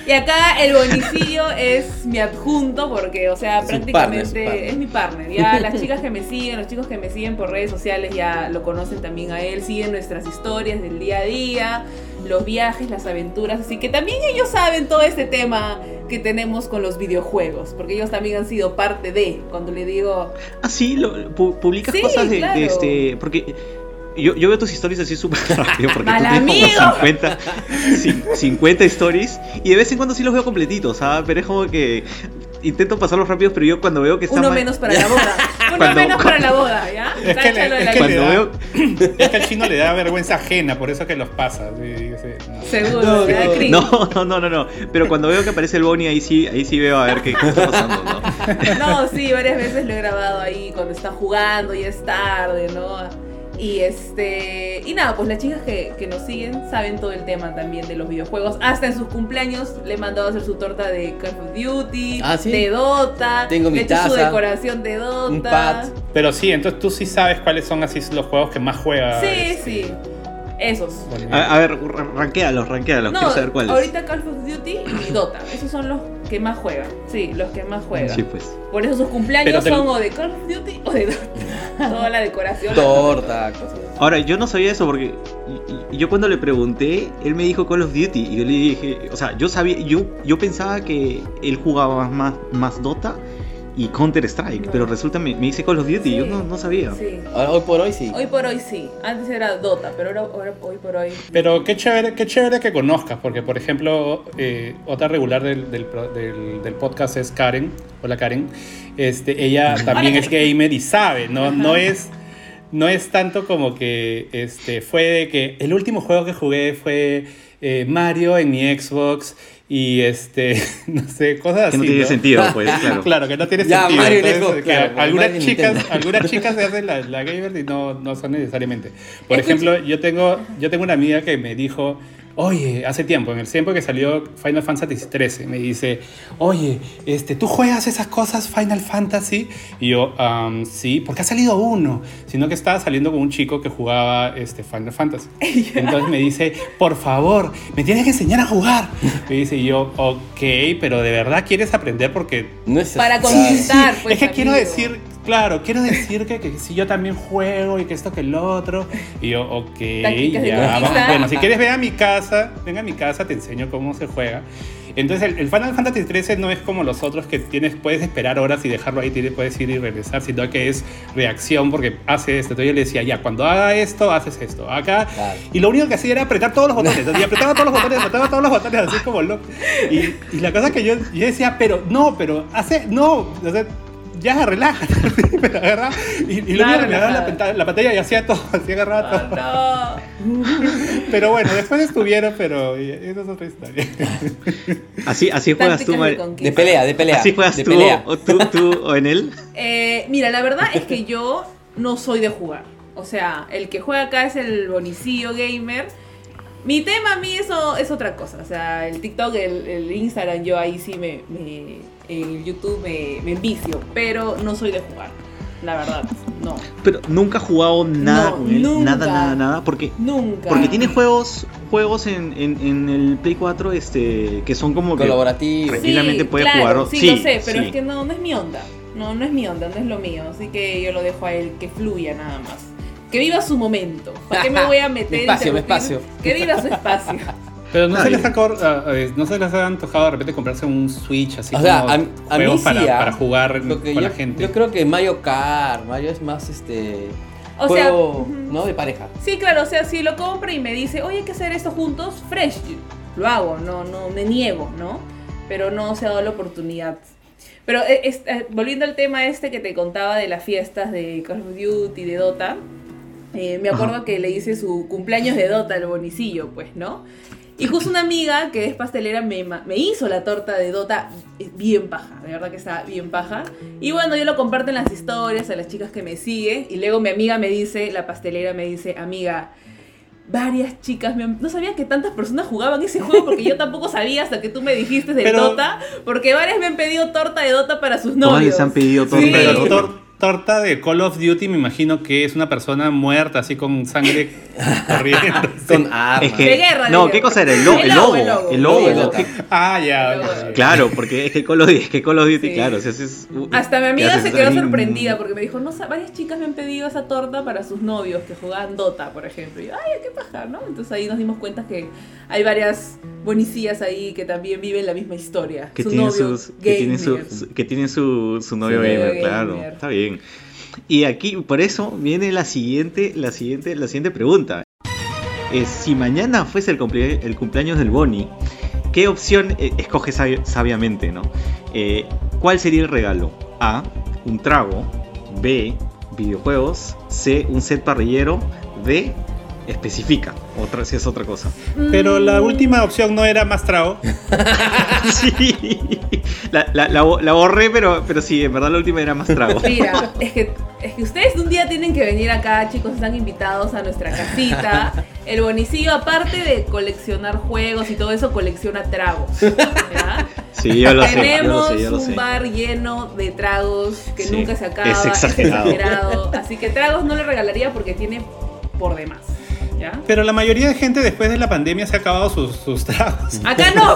Y acá el bonicillo es mi adjunto porque, o sea,
Su partner, su
prácticamente
partner.
es mi partner. Ya las chicas que me siguen, los chicos que me siguen por redes sociales ya lo conocen también a él, siguen nuestras historias del día a día, los viajes, las aventuras, así que también ellos saben todo este tema que tenemos con los videojuegos, porque ellos también han sido parte de, cuando le digo,
Ah, sí, lo, pu- publicas
Sí,
cosas de, de
claro.
este. Porque yo, yo veo tus stories así súper rápido, porque tú
¡Mal
tienes
amigo!
como 50, cin- 50 stories y de vez en cuando sí los veo completitos, ¿sabes? Pero es como que intento pasarlos rápidos, pero yo cuando veo que está
uno
mal-
menos para la boda, uno
Cuando-
menos para la boda, ¿ya?
Es que le-
Cáchalo de
es
la
que le-
Cuando
da?
veo,
Es que al chino le da vergüenza ajena, por eso que los pasa. sí, sí, no.
Seguro,
No,
¿ya?
no.
Cris.
No, no, no, no, no. Pero cuando veo que aparece el Bonnie, ahí sí, ahí sí veo a ver qué, qué está pasando, ¿no?
No, sí, varias veces lo he grabado ahí cuando está jugando y es tarde, ¿no? Y este. Y nada, pues las chicas que, que nos siguen saben todo el tema también de los videojuegos. Hasta en sus cumpleaños le he mandado a hacer su torta de Call of Duty,
Ah, ¿sí?
de Dota.
Tengo mi
le he hecho su
taza,
decoración de Dota.
un pad.
Pero sí, entonces tú sí sabes cuáles son así los juegos que más juegas.
Sí, sí. Esos.
Bueno,
A, a ver, ra- ranquéalos, ranquéalos. Quiero saber cuáles.
ahorita Call of Duty y Dota. Esos son los que más juegan. Sí, los que más juegan.
Sí, pues.
Por eso sus
Pero
cumpleaños
te-
son o de Call of Duty o de Dota. Toda la decoración. la
Torta, cosas así.
Ahora, yo no sabía eso porque y- y- yo cuando le pregunté, él me dijo Call of Duty y yo le dije, o sea, yo sabía, yo, yo pensaba que él jugaba más, más Dota y Counter Strike,
No.
pero resulta me, me dice Call of Duty,
Sí.
yo no, no sabía.
Sí.
Ahora, hoy por hoy sí.
Hoy por hoy sí. Antes era Dota, pero ahora, ahora- hoy por hoy.
Pero qué chévere, qué chévere que conozcas, porque por ejemplo, eh, otra regular del, del pro- del- del podcast es Karen. Hola Karen. Este, ella también es gamer y sabe, ¿no? No es. No es tanto como que este, fue de que el último juego que jugué fue eh, Mario en mi Xbox y este, no sé, cosas así.
Que no tiene
¿no?
sentido, pues, claro.
Ah, Claro, que no tiene
Ya,
sentido.
Mario y
Entonces,
Xbox,
que
claro,
algunas,
Mario y
chicas,
Nintendo.
algunas chicas se hacen la, la gamer y no, no son necesariamente. Por
Escucha.
ejemplo, yo tengo, yo tengo una amiga que me dijo, oye, hace tiempo, en el tiempo que salió Final Fantasy XIII, me dice, oye, este, ¿tú juegas esas cosas Final Fantasy? Y yo, "Am, sí, porque ha salido uno, sino que estaba saliendo con un chico que jugaba este, Final Fantasy. Entonces me dice, por favor, me tienes que enseñar a jugar. Me dice, y yo, ok, pero de verdad quieres aprender porque
No es
Para
así.
conquistar. Claro, pues,
es que quiero
amigo.
decir, claro, quiero decir que, que si yo también juego y que esto que el otro. Y yo, ok,
Tácticas de
ya,
conquista.
va- bueno, si quieres ven a mi casa, ven a mi casa, te enseño cómo se juega. Entonces el, el Final Fantasy XIII no es como los otros que tienes, puedes esperar horas y dejarlo ahí, tienes- puedes ir y regresar, sino que es reacción porque hace esto. Entonces yo le decía, ya, cuando haga esto, haces esto. Acá
Claro.
y lo único que hacía era apretar todos los botones. Y apretaba todos los botones, apretaba todos los botones, así como loco. Y, y la cosa que yo, yo decía, pero no, pero hace, no, o sea, ya relaja. Pero agarra, y, y lo
Nada,
único que me daba la,
relajada.
panta- la pantalla y hacía todo, así agarraba todo.
Ah, no.
Pero bueno, después estuvieron, pero y- esa es otra historia.
Así, así juegas tú,
Tácticas de
Mar-
conquista.
De pelea, de pelea.
Así juegas
de
tú,
pelea.
o tú, tú o en él.
Eh, mira, la verdad es que yo no soy de jugar. O sea, el que juega acá es el bonicillo gamer. Mi tema a mí eso es otra cosa. O sea, el TikTok, el, el Instagram, yo ahí sí me, me- el YouTube me, me envicio. Pero no soy de jugar. La verdad, no.
Pero nunca he jugado nada
No,
con él.
nunca.
Nada, nada, nada. Porque,
Nunca.
porque tiene juegos, juegos en, en, en el Play 4 este, que son como que
Colaborativo.
Sí. tranquilamente puede jugar-
Sí,
sí,
lo sé, pero
sí.
es que no, no es mi onda. No, no es mi onda, no es lo mío. Así que yo lo dejo a él que fluya nada más. Que viva su momento. ¿Para qué me voy a meter?
Mi espacio, mi
interrumpir?
espacio.
Que viva su espacio.
Pero no
Está
se,
bien.
les ha, cor- ah, eh, no se les ha antojado de repente comprarse un Switch así
O sea,
como
a mí- a mí
juegos
sí,
para,
ah.
para jugar
Lo que
con
yo,
la gente.
yo creo que Mario Kart, Mario es más este.
O sea,
juego,
ujú.
¿no? De pareja.
Sí, claro, o sea, si lo compra y me dice, oye, hay que hacer esto juntos, fresh, lo hago, no, no, me niego, ¿no? Pero no se ha dado la oportunidad. Pero eh, es- eh, volviendo al tema este que te contaba de las fiestas de Call of Duty, de Dota, eh, me acuerdo que le hice su cumpleaños de Dota al bonicillo, pues, ¿no? Y justo una amiga que es pastelera me, ma- me hizo la torta de Dota bien paja, de verdad que está bien paja. Y bueno, yo lo comparto en las historias a las chicas que me siguen. Y luego mi amiga me dice, la pastelera me dice, amiga, varias chicas, me han- no sabía que tantas personas jugaban ese juego porque yo tampoco sabía hasta que tú me dijiste de
Pero-
Dota, porque varias me han pedido torta de Dota para sus
Todas
novios.
les han pedido todo.
Sí.
Pero
pero-
tor- torta de Call of Duty me imagino que es una persona muerta, así con sangre corriendo.
Con armas.
Es
De
que,
guerra,
no,
digo.
¿qué cosa era? El, lo-
El
el
lobo,
lobo.
el lobo.
El lobo.
Sí, Dota.
¿qué-
Ah, ya.
Pero
ok,
bueno.
ok.
Claro, porque es que Call of Duty, es que Call of Duty,
Sí.
claro. o sea, es- es- uh,
Hasta mi
¿qué
amiga
haces?
se quedó
Ahí-
sorprendida porque me dijo, no, sa- varias chicas me han pedido esa torta para sus novios que jugaban Dota, por ejemplo. Y yo, ay, qué paja, ¿no? Entonces ahí nos dimos cuenta que hay varias bonicillas ahí que también viven la misma historia.
que
Su
tiene
novio
sus que tiene
gamer.
su, su- que tiene su, su novio
novio
gamer,
gamer.
claro está bien y aquí por eso viene la siguiente la siguiente la siguiente pregunta es si mañana fuese el, cumplea- el cumpleaños del Bonnie qué opción eh, escoges sabi- sabiamente no Eh, cuál sería el regalo a un trago b videojuegos c un set parrillero d especifica otra si es otra cosa
Pero la
Mm,
última opción no era más trago.
Sí. La, la- la bo- la borré, pero, pero sí, en verdad la última era más trago.
Mira, es que, es que ustedes un día tienen que venir acá, chicos, están invitados a nuestra casita. El bonicillo, aparte de coleccionar juegos y todo eso, colecciona tragos. ¿ya?
Sí, yo lo sé, yo lo
Tenemos
sé, yo lo
un
sé.
bar lleno de tragos que
Sí,
nunca se acaba.
es exagerado.
exagerado. Así que tragos no le regalaría porque tiene por demás. ¿Ya?
Pero la mayoría de gente después de la pandemia se ha acabado sus, sus tragos.
Acá no.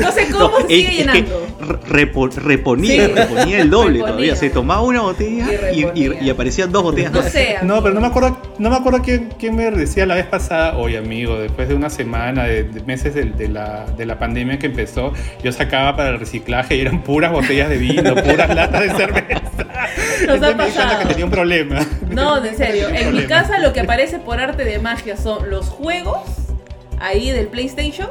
No sé
No,
cómo se
ey,
sigue
es que
llenando.
re- repo- reponía,
Sí.
reponía el doble
Reponía.
todavía. Se tomaba una botella y,
Y
y-
reponía.
y aparecían dos botellas
No
más.
sé.
No,
amigo.
pero no me acuerdo, no me acuerdo quién, quién me decía la vez pasada, oye amigo, después de una semana, de, de meses de, de la, de la pandemia que empezó, yo sacaba para el reciclaje y eran puras botellas de vino, puras latas de cerveza.
Nos
Entonces
ha
me di cuenta
pasado.
que tenía un problema.
No, en serio. En mi
Problema.
casa lo que aparece por arte de magia son los juegos ahí del PlayStation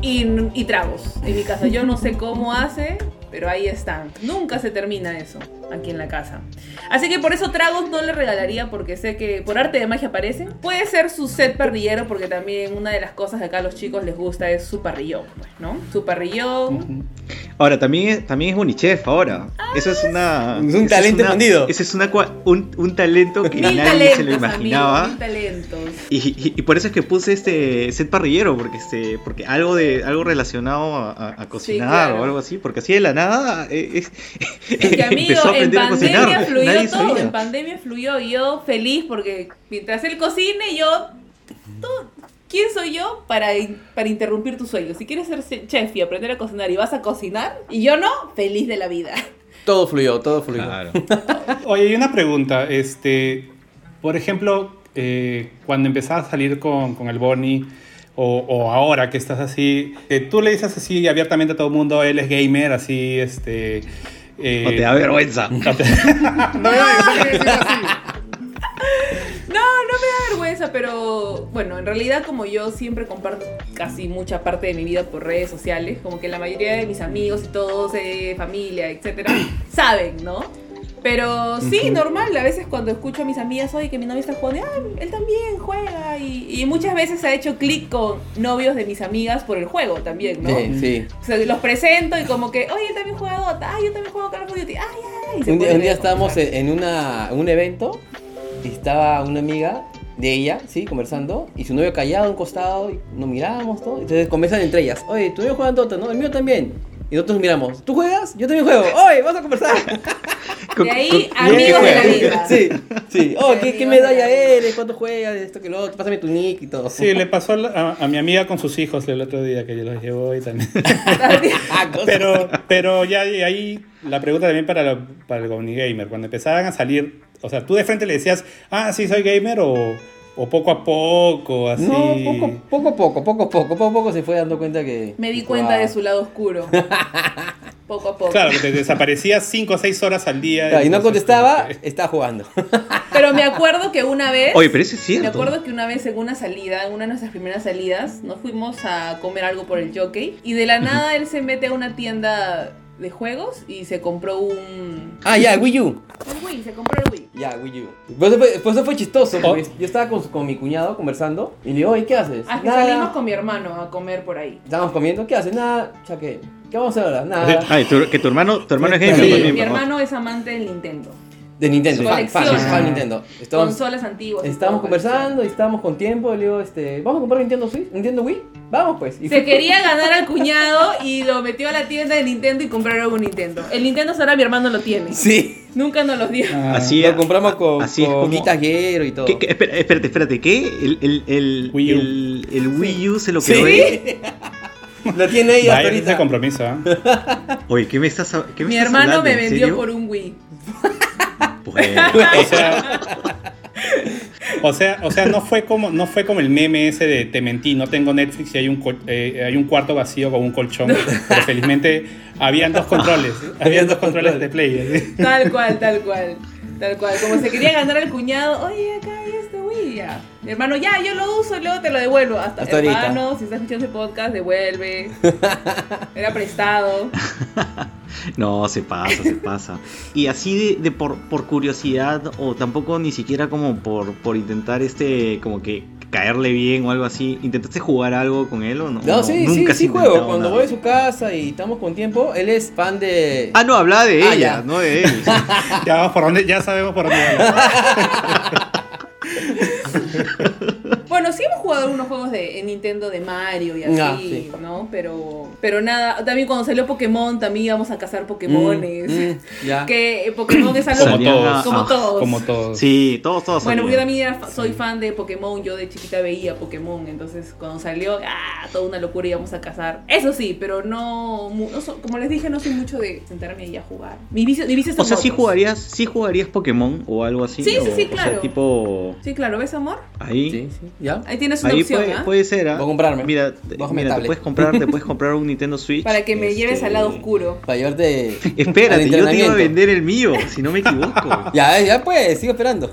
y, y tragos en mi casa. Yo no sé cómo hace, pero ahí están. Nunca se termina eso aquí en la casa. Así que por eso tragos no le regalaría porque sé que por arte de magia aparecen. Puede ser su set parrillero porque también una de las cosas que acá a los chicos les gusta es su parrillón, pues, ¿no? Su parrillón.
Ujú.
Ahora, también es, también es bonichef ahora. Eso es una...
Es un
eso
talento
una-
escondido.
Eso es una, cua- un, un talento que
Mil
nadie
talentos,
se lo imaginaba.
amigo, mil talentos.
Y, y- y por eso es que puse este set parrillero, porque este, porque algo de, algo relacionado a, a- a cocinar
claro.
o algo así, porque así de la nada eh, es-
Es que amigo,
empezó a
en
aprender a
pandemia
cocinar.
fluyó
Nadie
todo, en
sabía.
pandemia fluyó y yo feliz porque mientras él cocine yo, tú, ¿quién soy yo para, in- para interrumpir tus sueños? Si quieres ser se- chef y aprender a cocinar y vas a cocinar y yo no, feliz de la vida.
Todo fluyó, todo fluyó.
Claro.
Oye, hay una pregunta. Este, por ejemplo, eh, cuando empezabas a salir con, con el Bonnie, o, o ahora que estás así, eh, tú le dices así abiertamente a todo el mundo, él es gamer, así, este... eh,
No te da vergüenza.
no me da vergüenza.
No, no me da vergüenza, pero bueno, en realidad como yo siempre comparto casi mucha parte de mi vida por redes sociales, como que la mayoría de mis amigos y todos, eh, familia, etcétera, saben, ¿no? Pero sí, normal, a veces cuando escucho a mis amigas, oye, que mi novio está jugando, "Ay, él también juega, y, y muchas veces ha hecho clic con novios de mis amigas por el juego también, ¿no?
Sí, sí.
O sea, los presento y como que, oye, él también juega Dota, ay, yo también juego Call of Duty, ay, ay, ay. y se
Un día,
ponen
un día
a
estábamos
conversar.
en, en una, en un evento y estaba una amiga de ella, sí, conversando, y su novio callado a un costado, y nos mirábamos todo, entonces conversan entre ellas, oye, tu novio juega en Dota, ¿no? El mío también. Y nosotros miramos, ¿tú juegas? Yo también juego, oye, vamos a conversar.
Con-
De ahí,
con-
amigos
¿Qué
de la vida.
juegas?
¿eh?
Sí, sí. Oh, ¿qué, qué
Amigos
medalla
de la vida.
eres? ¿Cuánto juegas? Esto que lo otro, pásame tu nick y todo.
Sí, le pasó a, la- a- a mi amiga con sus hijos el otro día, que yo los llevo y también...
Ah, cosa.
Pero, pero ya de ahí la pregunta también para, la- para el Goni Gamer. Cuando empezaban a salir, o sea, tú de frente le decías, ah, sí, soy gamer o, o poco a poco, así.
No, poco, poco a poco, poco a poco, poco a poco se fue dando cuenta que...
Me di
que
cuenta
jugaba.
de su lado oscuro. Poco a poco.
Claro, que te desaparecías 5 o 6 horas al día.
Claro, y no
entonces,
contestaba,
como que-
estaba jugando.
Pero me acuerdo que una vez.
Oye, pero eso es cierto.
Me acuerdo que una vez en una salida, en una de nuestras primeras salidas, nos fuimos a comer algo por el jockey. Y de la nada él se mete a una tienda de juegos y se compró un.
Ah, ya, Wii U.
Un Wii, se compró el Wii.
Ya, Wii U. Pues eso fue, pues eso fue chistoso,
Oh.
porque yo estaba con, con mi cuñado conversando y le digo, oye, ¿qué haces?
Ah, que salimos con mi hermano a comer por ahí.
Estábamos comiendo, ¿qué haces? Nada, o sea, ¿qué? ¿Qué vamos a hacer ahora? Nada.
Ay, tu- que tu hermano, tu hermano es gamer
Sí,
también,
mi
¿verdad?
hermano es amante del Nintendo.
De Nintendo,
Sí.
fan, fan,
Colecciona.
fan Nintendo. Estábamos,
Consolas antiguas. y
estábamos
todo,
conversando y estábamos con tiempo y le digo, este, ¿vamos a comprar Nintendo Switch? ¿Nintendo Wii? Vamos pues. Y
Se quería ganar al cuñado y lo metió a la tienda de Nintendo y compraron un Nintendo. El Nintendo ahora mi hermano lo tiene.
Sí.
Nunca nos los dio.
Ah,
Así
Lo compramos con,
así es
con
como-
Guitar Hero y todo.
¿Qué- qué? Espera- espérate, espérate, ¿qué? El, el, el,
Wii U.
el, el Wii U se lo
Sí.
quedó él.
Lo tiene ella hasta
vaya, ese
ahorita.
compromiso, ¿ah?
Oye, ¿qué me estás, hab- qué me
Mi
estás
hermano
hablando?
me
¿En
vendió
serio?
por un Wii.
Bueno.
O sea, o sea, o sea, no fue como, no fue como el meme ese de te mentí, no tengo Netflix y hay un col- eh, hay un cuarto vacío con un colchón. Pero felizmente habían dos controles, habían dos controles de play. así.
Tal cual, tal cual. Tal cual. Como se quería ganar al cuñado, oye, acá hay este Wii ya. Mi hermano, ya, yo lo uso y luego te lo devuelvo. Hasta,
Hasta ahorita.
hermano, si estás escuchando ese podcast, devuelve. Era prestado.
No, se pasa, se pasa. Y así de, de por, por curiosidad o tampoco ni siquiera como por, por intentar este, como que caerle bien o algo así, ¿intentaste jugar algo con él o no?
No, sí, sí,
nunca has
sí
intentado
juego. Cuando
nada.
voy a su casa y estamos con tiempo, él es fan de...
Ah, no, hablaba de
Ah,
ella,
ya.
no de él.
Ya vamos por dónde, ya sabemos por dónde vamos.
Bueno, sí hemos jugado algunos juegos de en Nintendo de Mario y así,
Ah, sí.
¿no? Pero, pero nada, también cuando salió Pokémon, también íbamos a cazar Pokémones.
Mm, mm, ya.
Que eh, Pokémon es algo
Como
Salían
todos.
Como todos.
Como todos.
Sí, todos, todos.
Bueno, porque yo
salían.
también era fa- soy fan de Pokémon, yo de chiquita veía Pokémon, entonces cuando salió, ah, toda una locura íbamos a cazar. Eso sí, pero no, mu- no so- como les dije, no soy mucho de sentarme ahí a jugar. Mi vicio, mi vicio
O sea, sí jugarías, sí jugarías Pokémon o algo así.
Sí, sí,
o-
sí,
o sea,
claro.
tipo
Sí, claro, ¿ves amor?
ahí.
Sí, sí, ya.
Ahí tienes una
Ahí
opción,
puede,
¿ah?
puede ser, ¿ah?
Voy a comprarme.
Mira, te-
Bájame
mira, te
tablet.
puedes comprar, te puedes comprar un Nintendo Switch.
Para que me
Este,
lleves al lado oscuro.
Para llevarte. al
Espérate, yo te iba a
entrenamiento.
vender el mío, si no me equivoco.
Ya, eh, ya pues, sigo esperando.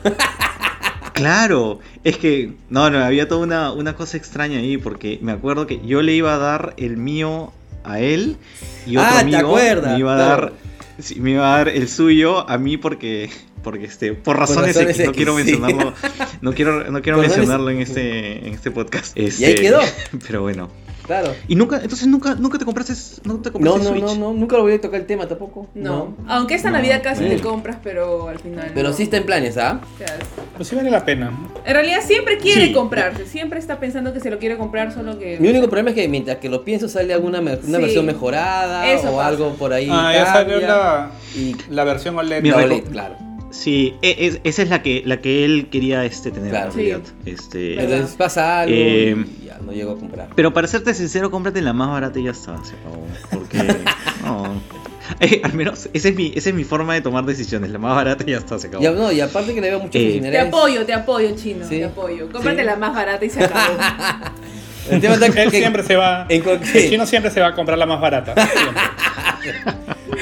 Claro, es que, no, no, había toda una, una cosa extraña ahí, porque me acuerdo que yo le iba a dar el mío a él y otro
Ah, ¿te
amigo
acuerdas?
me iba a
Claro.
dar sí, me iba a dar el suyo a mí porque porque este por razones,
razones
X, no
X,
quiero
sí.
mencionarlo no quiero no quiero
Por razones-
mencionarlo en este en este podcast
Y ahí
Este,
quedó.
pero bueno
Claro.
y nunca entonces nunca nunca te compraste no te
No,
compraste
no,
Switch
no, no, nunca lo voy a tocar el tema tampoco.
No. Aunque esta
No,
Navidad casi
sí.
te compras, pero al final.
Pero
no.
sí está en planes, ¿ah?
O sea,
Pero Pues sí vale la pena.
En realidad siempre quiere
Sí.
comprarse, siempre está pensando que se lo quiere comprar, solo que.
Mi único problema es que mientras que lo pienso sale alguna me- una
Sí.
versión mejorada
Eso
o
pasa.
algo por ahí.
Ah, ya salió
cambia.
la,
Y
la versión OLED.
Mi
la
reco-
OLED, claro.
Ah.
sí e- es- esa es la que la que él quería este tener
Claro.
en realidad
Pero-
este
¿Verdad?
Entonces pasa algo
Eh,
y ya no llego a comprar.
Pero para serte sincero, cómprate la más barata y ya está, se acabó. Porque. no. Eh, al menos esa es, mi, esa es mi forma de tomar decisiones. La más barata y ya está, se acabó.
Y, no, y aparte que le veo muchos
Eh,
Te
funcionarios.
apoyo, te apoyo, chino.
Sí.
Te apoyo. Cómprate
Sí.
la más barata y se acabó.
El tema está
Él
que-
siempre se va.
en cualquier-
El chino siempre se va a comprar la más barata. siempre.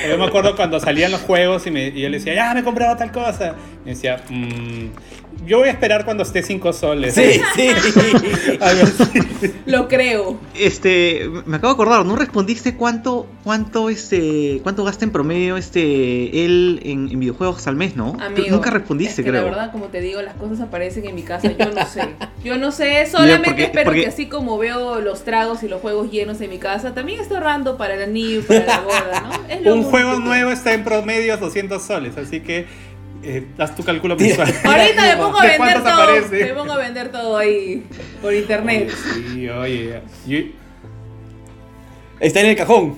Yo me acuerdo cuando salían los juegos y, me- y yo le decía, ya me he comprado tal cosa. Y decía, "Mm, yo voy a esperar cuando esté 5 soles.
Sí, sí.
Algo así.
lo creo.
Este, me acabo de acordar, ¿no respondiste cuánto, cuánto, este, cuánto gasta en promedio este él en, en videojuegos al mes, ¿no?
Amigo,
Nunca respondiste,
es que
creo.
La verdad, como te digo, las cosas aparecen en mi casa. Yo no sé. Yo no sé.
Mira,
Solamente
porque-
espero
porque-
que así como veo los tragos y los juegos llenos en mi casa, también estoy ahorrando para el anillo, y para la boda, ¿no? Es lo
Un
único
juego
que-
nuevo está en promedio 200 soles, así que eh, haz tu cálculo mensual.
Ahorita me pongo a
¿De
vender
cuántos
todo.
aparece?
Me pongo a vender todo ahí por internet.
Oye, sí, oye. Yo-
Está en el cajón.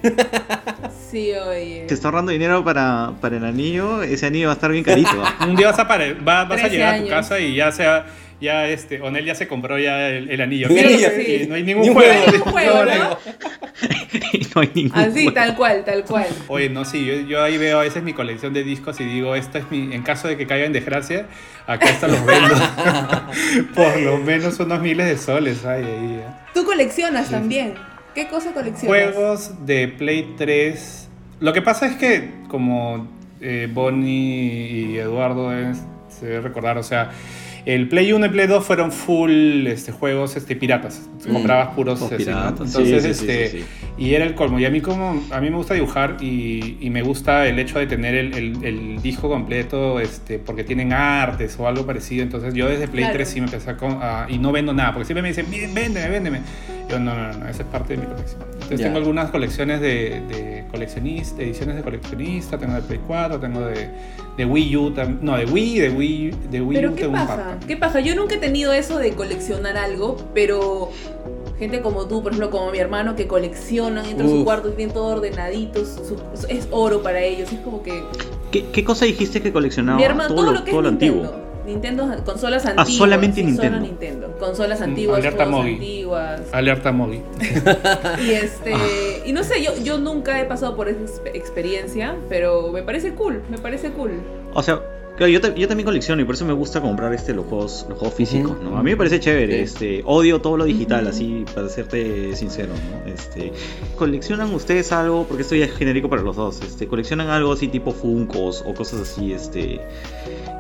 Sí, oye.
Se está ahorrando dinero para, para el anillo. Ese anillo va a estar bien carito. ¿ah?
Un día vas a, pare- va- vas a
13
llegar a tu
años.
casa y ya sea, ya este, Onel ya se compró ya el, el anillo.
El
Mira lo que-
anillo.
y No hay ningún
Ni un
juego.
juego, ni un
No,
juego, ¿no?
no.
Y no hay ningún.
Así,
juego.
tal cual, tal cual.
Oye, no, sí, yo, yo ahí veo a veces mi colección de discos y digo, esto es mi, en caso de que caiga en desgracia, acá hasta los vendo. Por lo menos unos miles de soles. ¿eh? Ay, ay, ay.
Tú coleccionas también. ¿Qué cosa coleccionas?
Juegos de Play 3. Lo que pasa es que, como eh, Bonnie y Eduardo deben- se deben recordar, o sea, el Play 1 y Play 2 fueron full este, juegos este, piratas.
Mm.
Comprabas puros
Los
así, ¿no?
piratas, sí,
Entonces,
sí, sí,
este.
sí, sí.
Y era el colmo. Y a mí, como, a mí me gusta dibujar y, y me gusta el hecho de tener el, el- el disco completo este, porque tienen artes o algo parecido. Entonces, yo desde Play
Claro.
3 sí me empecé a, con- a- ah, Y no vendo nada, porque siempre me dicen, "Vé- véndeme, véndeme. Yo, no, no, no, no, esa es parte de mi colección. Entonces,
Ya.
tengo algunas colecciones de, de coleccionista, ediciones de coleccionista, tengo de Play 4, tengo de, de Wii U, tam- no, de Wii, de Wii, de Wii U
Pero ¿qué
tengo un par
pasa?
también.
¿Qué pasa? Yo nunca he tenido eso de coleccionar algo, pero gente como tú, por ejemplo, como mi hermano, que coleccionan, entra a
Uf.
su cuarto y tienen todo ordenadito, su- su- es oro para ellos, es como que...
¿Qué, qué cosa dijiste que coleccionaba?
mi hermano, todo, lo que
todo
es
lo
Nintendo.
antiguo.
Nintendo, consolas antiguas.
solamente
sí, solo
Nintendo.
Nintendo. Consolas
Mm,
antiguas,
alerta
juegos
Mogi.
antiguas.
Alerta Mogi.
Y este, y no sé, yo, yo nunca he pasado por esa exp- experiencia, pero me parece cool, me parece cool.
O sea, claro, yo, ta- yo también colecciono y por eso me gusta comprar este, los, juegos, los juegos físicos,
Ujú.
¿no? A mí me parece chévere,
Sí.
este, odio todo lo digital,
Ujú.
así, para serte sincero, ¿no? Este, ¿Coleccionan ustedes algo? Porque esto ya es genérico para los dos, este, ¿coleccionan algo así tipo Funkos o cosas así, este...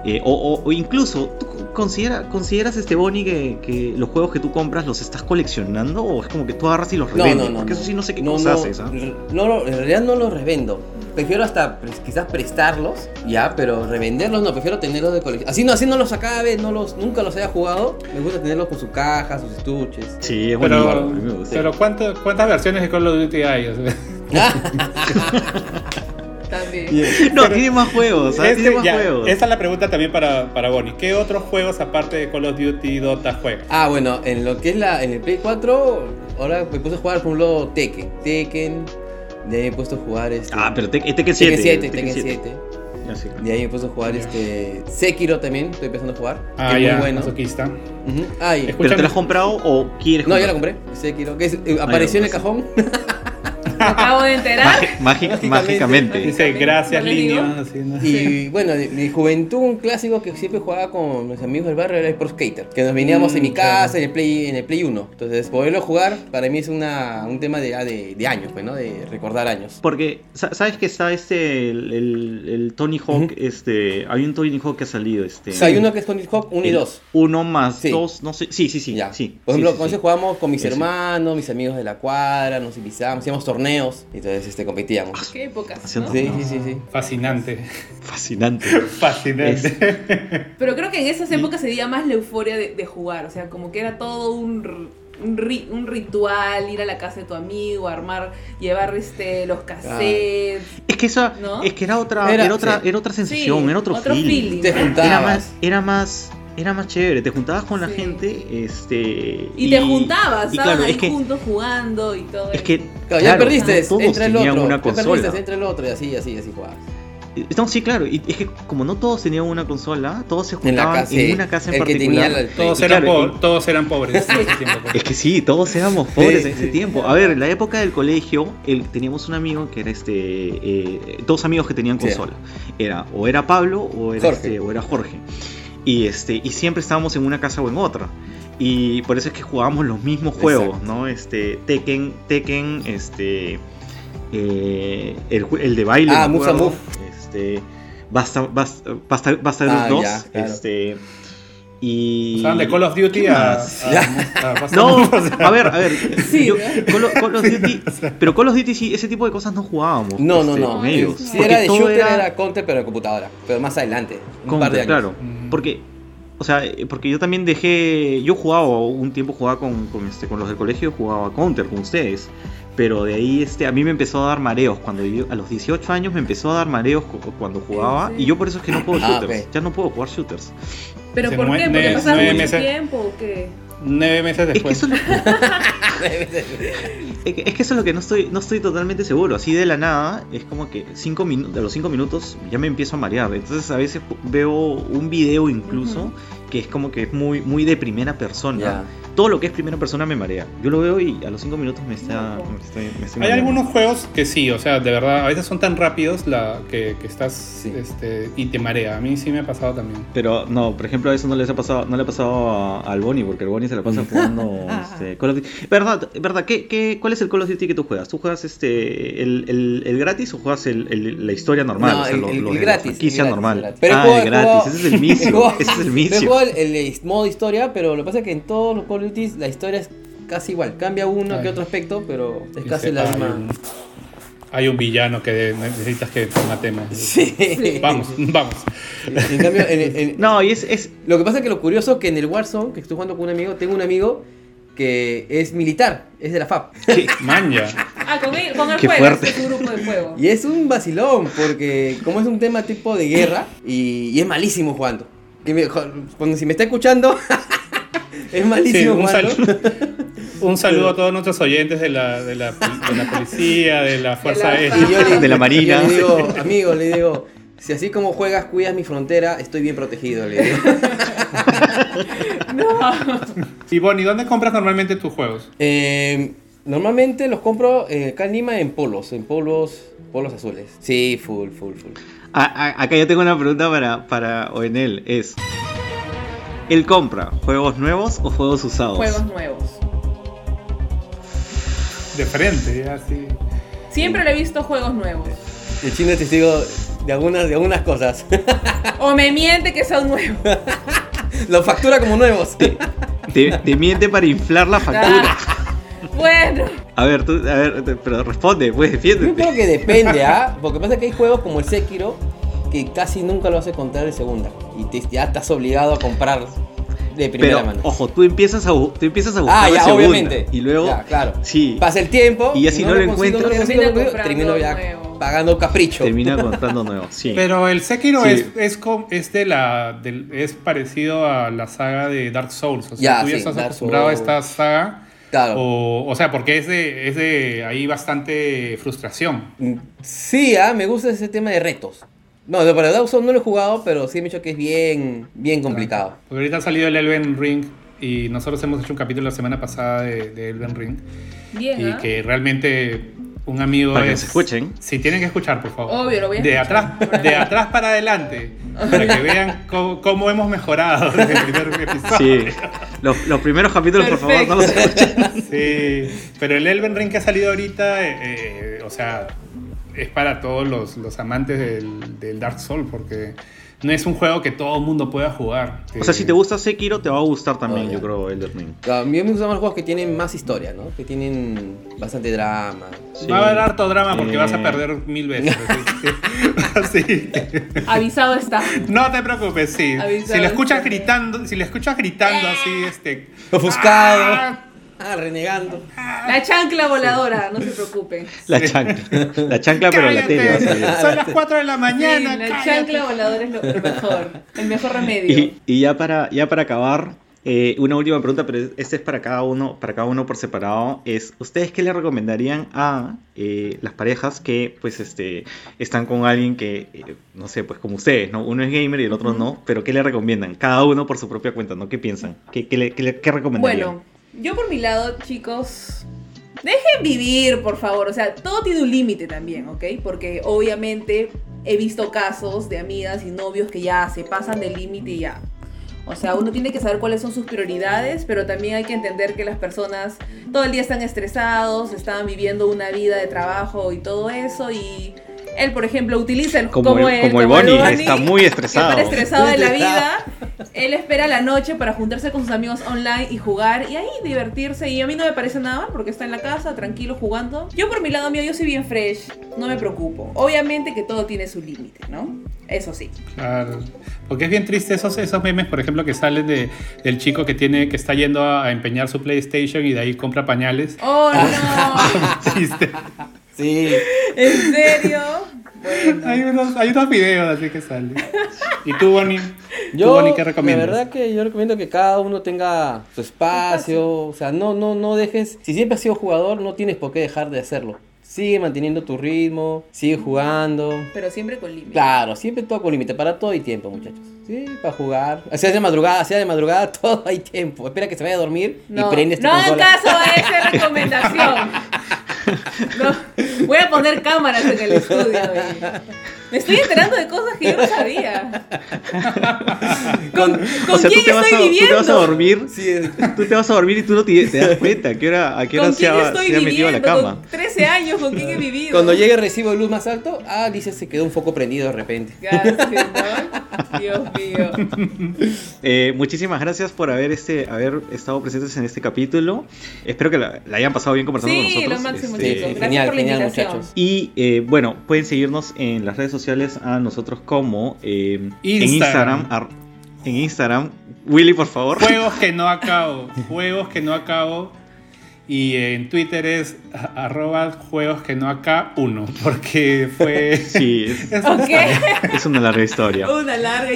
eh, o, o- o incluso, ¿tú considera, consideras, este Bonnie, que, que los juegos que tú compras los estás coleccionando o es como que tú agarras y los
No,
revendes?
no, no.
Porque eso sí no sé qué
no,
cosa
no,
haces, ¿ah?
re- No, no, en realidad no los revendo. Prefiero hasta pues, quizás prestarlos, ya, pero revenderlos no, prefiero tenerlos de colección. Así no, así no los acabe, no los, nunca los haya jugado. Me gusta tenerlos con su caja, sus estuches.
Sí, es bonito, a
Pero,
mí me gusta.
pero ¿cuánto- ¿cuántas versiones de Call of Duty hay? O sea,
Ah,
También.
No, tiene más juegos, ¿ah?
Este,
Tiene más
ya,
juegos.
Esa es la pregunta también para, para Bonnie. ¿Qué otros juegos aparte de Call of Duty y Dota juegas?
Ah, bueno, en lo que es la, en el Play 4, ahora me puse a jugar por un lado Tekken. Tekken, de ahí me he puesto a jugar este.
Ah, pero Tek- Tekken 7.
Tekken 7, Tekken
siete.
7.
Ya sé.
De ahí me puse a jugar
Ya.
este. Sekiro también, estoy empezando a jugar.
Ah,
que es
ya,
muy bueno.
masoquista.
Ujú. Ah, Ay,
¿Pero
Escu-
te
Escúchame.
la has comprado o quieres
no, ya
comprar?
la compré. Sekiro, que es- eh, apareció en el
Ah, ya,
cajón.
Me acabo de enterar.
Mági- mági-
Mágicamente.
Mágicamente.
Dice, gracias,
¿No le digo?
Linion. así, ¿no?
Y bueno, de mi juventud, un clásico que siempre jugaba con mis amigos del barrio era el Pro Skater. Que nos veníamos en mi
Mm, claro.
casa, en, el Play, en el Play 1. Entonces, poderlo jugar para mí es una, un tema de, de, de años, pues, ¿no? De recordar años.
Porque, sa- ¿sabes que está este, el, el- el Tony Hawk,
Ujú.
este, hay un Tony Hawk que ha salido, este...
O sea, hay uno que es Tony Hawk 1 y
el
2.
Uno más
Sí.
dos, no sé, sí, sí, sí,
Ya.
sí.
Por
sí,
ejemplo,
sí,
con
sí.
ese jugábamos con mis
Ese.
hermanos, mis amigos de la cuadra, nos invitamos, hacíamos torneos torneos. Y entonces este, competíamos.
Qué épocas,
Haciendo-
¿no?
Sí, sí, sí, sí.
Fascinante.
Fascinante.
Fascinante.
Pero creo que en esas épocas se veía más la euforia de, de jugar, o sea, como que era todo un, r- un, ri- un ritual, ir a la casa de tu amigo, armar, llevar este, los cassettes.
Es que esa,
¿No?
es que era otra,
Era-
era, otra,
sí.
era otra sensación,
Sí,
era otro,
otro feeling.
Te
Era
juntabas.
más, era más, era más chévere. Te juntabas con la
Sí.
gente, este.
Y, te juntabas,
y
estaban
claro,
ahí
es que,
juntos jugando y todo.
es
eso.
que
Claro, ya
claro,
perdiste,
no todos
entra el
tenían
otro.
una
Ya
consola.
perdiste, entra el otro. Y así, así, así jugabas.
No, sí, claro. Y es que como no todos tenían una consola, todos se
En la
juntaban
casa.
en, una casa en
el
particular.
Que tenía la-
Todos
Y
eran,
claro,
po- todos eran pobres en ese tiempo. pues.
Es que sí, todos éramos pobres en ese
sí.
tiempo. A ver, en la época del colegio, el- teníamos un amigo que era este. eh, dos amigos que tenían
Sí.
consola. Era, o era Pablo o era
Jorge.
este, o era Jorge. Y este, y siempre estábamos en una casa o en otra. Y por eso es que jugábamos los mismos juegos,
Exacto.
¿no? Este. Tekken, Tekken, este. eh, el, ju- el de baile.
Ah,
me
Move and
acuerdo.
Move.
Este. Basta, basta, basta, basta de los
Ah,
dos.
ya, claro.
Este. Y.
Estaban de Call of Duty
¿Qué
a,
más?
a- a- a-
No,
o sea,
a ver, a ver.
Sí,
yo-
¿no?
Call, of- Call of Duty, pero Call of Duty sí, ese tipo de cosas no jugábamos.
No, no,
este,
no.
Con ellos.
Si
Porque
era de
todo
shooter, era... Counter, pero de computadora. Pero más adelante. Un
Counter,
par de años.
claro.
Mm.
Porque, o sea, eh, porque yo también dejé, yo jugaba, un tiempo jugaba con, con, este, con los del colegio, jugaba Counter con ustedes. Pero de ahí este, a mí me empezó a dar mareos. Cuando yo- a los 18 años me empezó a dar mareos cu- cuando jugaba.
serio?
Y yo por eso es que no juego
Ah,
shooters.
ok.
Ya no puedo jugar shooters.
¿Pero
se
por
mue-
qué?
nueve-
¿Porque pasaron
nueve
mucho
meses.
tiempo o qué?
Nueve meses
Es que
después.
eso es lo Es que, es que eso es lo que no estoy, no estoy totalmente seguro. Así de la nada, es como que cinco minu- a los 5 minutos ya me empiezo a marear. Entonces a veces ju- veo un video incluso
Ujú.
que es como que es muy, muy de primera persona.
Ya.
Todo lo que es primera persona me marea. Yo lo veo y a los 5 minutos me está...
Loco.
me estoy- me estoy
Hay
mareando.
algunos juegos que sí, o sea, de verdad, a veces son tan rápidos la, que, que estás este, y te marea. A mí sí me ha pasado también.
Pero no, por ejemplo, eso no les ha pasado, no le ha pasado a- al Bonnie, porque el Bonnie se la pasa jugando este, Call of Duty. ¿Verdad? ¿Verdad? ¿Qué, qué, ¿Cuál es el Call of Duty que tú juegas? ¿Tú juegas este el, el, el gratis o juegas el, el- la historia normal?
No,
o sea,
el-
lo-
el-
lo de
el
la
gratis, el
franquicia
gratis,
normal.
el gratis. Pero he
ah,
jugado-
el
he
gratis.
jugado-
ese es el
Yo
mismo.
juego-
ese es el
Yo
mismo.
juego el, el modo historia, pero lo que pasa es que en todos los Call of Duty la historia es casi igual. Cambia uno
Ay.
que otro aspecto, pero es
Dice,
casi la
hay
misma.
un- Hay un villano que de- necesitas que te matemos.
Sí.
Sí.
Vamos, vamos.
En cambio, en, en-
No, y es, es
lo que pasa es que lo curioso es que en el Warzone, que estoy jugando con un amigo, tengo un amigo que es militar, es de la FAP.
Maña.
Ah, con el, con el
Qué
juego,
fuerte.
este grupo de juego.
Y es un vacilón, porque como es un tema tipo de guerra, y, y es malísimo jugando. Que me- cuando si me está escuchando, es malísimo
Sí, un,
jugando.
saludo, un saludo a todos nuestros oyentes de la, de la, de la policía, de la Fuerza
la-
Aérea.
Y yo le,
De la Marina.
yo le digo, amigo, le digo, si así como juegas, cuidas mi frontera, estoy bien protegido, le digo.
No.
Y Bonnie, ¿dónde compras normalmente tus juegos?
Eh, normalmente los compro eh, acá en Lima en polos, en polos, polos azules. Sí, full, full, full.
A- a- acá yo tengo una pregunta para, para Oenel. Es... ¿Él compra juegos nuevos o juegos usados?
Juegos nuevos.
De frente, ya, sí.
Siempre le he visto juegos nuevos.
El chino es testigo de algunas, de algunas cosas.
O me miente que son nuevos.
Lo factura como nuevos.
Te, te miente para inflar la factura.
Ah, bueno.
A ver, tú, a ver, te- pero responde, pues
Yo creo
defiéndete.
que depende, ¿ah? Porque pasa que hay juegos como el Sekiro que casi nunca lo hace comprar de segunda. Y te- ya estás obligado a comprar de primera
Pero,
mano.
ojo, tú empiezas a, bu- tú empiezas a buscar
Ah,
la
ya,
segunda,
obviamente.
Y luego,
Ya, claro.
sí,
Pasa el tiempo.
Y ya si no lo
consigo,
encuentras-
lo consigo, lo
Termina
consigo,
comprando
termino ya
nuevo.
pagando capricho.
termina comprando nuevo. Sí.
Pero el Sekiro
Sí.
es, es, com- es de la, del- es parecido a la saga de Dark Souls. O sea,
Ya,
tú ya
sí,
estás
Dark
acostumbrado
Souls.
a esta saga.
Oh.
Claro.
O, o sea, porque es de, es de ahí bastante frustración.
Sí, ah, me gusta ese tema de retos. No, de para Dawson no lo he jugado, pero sí me he dicho que es bien, bien complicado.
Porque ahorita ha salido el Elven Ring y nosotros hemos hecho un capítulo la semana pasada de, de Elven Ring.
Bien,
Y
¿ah?
que realmente un amigo
Para que
es-
nos escuchen.
Sí, tienen que escuchar, por favor.
Obvio, lo voy a
de
escuchar.
atrás, de atrás para adelante. Para que vean cómo, cómo hemos mejorado desde el primer episodio.
Sí. Los, los primeros capítulos, por favor, no los escuchen.
Sí, pero el Elven Ring que ha salido ahorita, eh, eh, o sea, es para todos los, los amantes del, del Dark Souls, porque no es un juego que todo el mundo pueda jugar. Eh,
O sea, si te gusta Sekiro, te va a gustar también,
Oh,
yo
ya.
creo, Elder Ring.
A mí me gustan más los juegos que tienen más historia, ¿no? Que tienen bastante drama.
Sí.
Va a haber harto drama porque
Eh.
vas a perder mil veces. Así que- así que
Avisado está.
No te preocupes, sí.
Avisado.
Si lo escuchas gritando, si lo escuchas gritando así,
Ah.
este.
Ofuscado.
¡Ah!
Ah, renegando.
La chancla voladora, no se preocupen.
La chancla, la chancla pero la tele va a
¡Cállate!
salir.
Son las 4 de la
Sí,
mañana.
la
cállate.
chancla voladora es lo lo mejor, el mejor remedio.
Y, y ya para, ya para acabar, eh, una última pregunta, pero es- esta es para cada uno, para cada uno por separado, es ¿ustedes qué le recomendarían a eh, las parejas que pues este están con alguien que, eh, no sé, pues como ustedes, ¿no? Uno es gamer y el otro no, pero ¿qué le recomiendan? Cada uno por su propia cuenta, ¿no? ¿Qué piensan? ¿Qué, qué, le- qué le- qué recomendarían?
Bueno, yo por mi lado, chicos, dejen vivir, por favor. O sea, todo tiene un límite también, ¿ok? Porque obviamente he visto casos de amigas y novios que ya se pasan del límite y ya. O sea, uno tiene que saber cuáles son sus prioridades, pero también hay que entender que las personas todo el día están estresados, están viviendo una vida de trabajo y todo eso. Y él, por ejemplo, utiliza el
como, el,
él,
como el
como
Bonnie, está muy estresado.
Siempre estresado de la
Muy
vida. Él espera la noche para juntarse con sus amigos online y jugar y ahí divertirse. Y a mí no me parece nada mal porque está en la casa, tranquilo, jugando. Yo por mi lado mío, yo soy bien fresh, no me preocupo. Obviamente que todo tiene su límite, ¿no? Eso sí.
Claro. Porque es bien triste esos, esos memes, por ejemplo, que salen de, del chico que tiene que está yendo a, a empeñar su PlayStation y de ahí compra pañales.
¡Oh, no!
Triste.
Sí.
¿En serio?
hay,
Bueno.
unos, hay unos videos así que salen. ¿Y tú, Bonnie? ¿Tú,
Yo,
Bonnie, qué
la
recomiendas?
verdad que yo recomiendo que cada uno tenga su espacio, o sea, no, no, no dejes, si siempre has sido jugador, no tienes por qué dejar de hacerlo. Sigue manteniendo tu ritmo, sigue jugando.
Pero siempre con límite.
Claro, siempre todo con límite, para todo hay tiempo, muchachos. Sí, para jugar. Sea de madrugada, sea de madrugada, todo hay tiempo. Espera que se vaya a dormir
No,
y prendes tu
no hagan
consola.
caso a esa recomendación. No, voy a poner cámaras en el estudio. oye. Me estoy enterando de cosas que yo no sabía. ¿Con, con
O sea, tú
quién
te, vas
estoy
a, tú te
viviendo?
vas a dormir,
Sí, es-
tú te vas a dormir y tú no te, te das cuenta a qué hora, a qué hora
¿Con
se
quién
ha,
estoy
se ha metido a
viviendo?
la cama.
Con 13 años, ¿con quién he vivido?
Cuando llegue el recibo de luz más alto, ah, dice se quedó un foco prendido de repente.
Gracias, ¿no? Dios mío.
Eh, muchísimas gracias por haber, este, haber estado presentes en este capítulo. Espero que la, la hayan pasado bien conversando con
Sí, lo
nosotros.
máximo,
Este,
chicos. Gracias
genial,
por la
genial,
invitación.
muchachos.
Y eh, bueno, pueden seguirnos en las redes sociales a nosotros como eh, en
Instagram.
Instagram. ar- en Instagram. Willy, por favor.
Pues,
Juegos que no acabo. Juegos que no acabo. Y en Twitter es a- arroba juegos que no acá uno. Porque fue.
Sí, es,
es-
Ok,
es una larga historia.
una larga
Eh,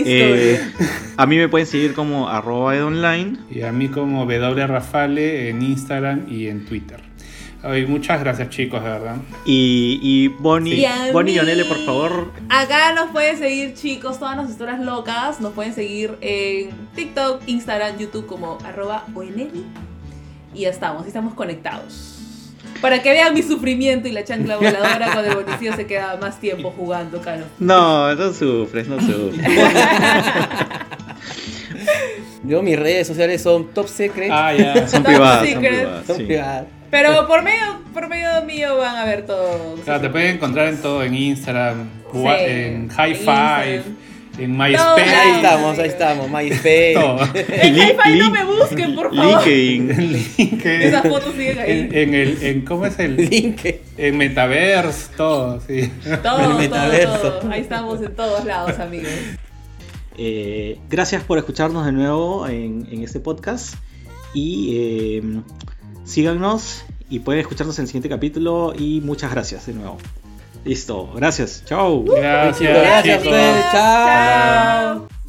historia.
a mí me pueden seguir como arroba edonline.
Y a mí como W Rafale en Instagram y en Twitter. Ay, muchas gracias chicos, de verdad.
Y, y Bonnie,
Y a
Bonnie y
mí.
Onele, por favor.
Acá nos pueden seguir, chicos, todas las historias locas. Nos pueden seguir en TikTok, Instagram, YouTube como arroba ONL. Y ya estamos, estamos conectados. Para que vean mi sufrimiento y la chancla voladora cuando el bonicio se queda más tiempo jugando, claro.
No, no sufres, no sufres.
Yo, mis redes sociales son top secret.
Ah, ya.
Son
Top
privadas, son
secret.
privadas.
Son
sí.
privadas.
Pero por medio, por medio mío van a ver todo.
O sea, te pueden encontrar en todo, en Instagram, wa-
Sí,
en High Five,
en Instagram.
en
Ahí
Ay,
MySpace,
estamos, ahí
Dios.
estamos, MySpace.
todo.
En
Link-
Hi-Fi no
link-
me busquen, por favor.
LinkedIn.
en LinkedIn,
Esas fotos siguen
en,
ahí.
en el, en ¿cómo es el?
Link.
En Metaverse, todo, sí.
Todo,
el
todo,
metaverso.
todo. Ahí estamos en todos lados, amigos.
Eh, gracias por escucharnos de nuevo en, en este podcast. Y eh, síganos y pueden escucharnos en el siguiente capítulo. Y muchas gracias de nuevo. Listo, gracias, chao.
Gracias,
Gracias a
chicos.
ustedes, chao.
Chao.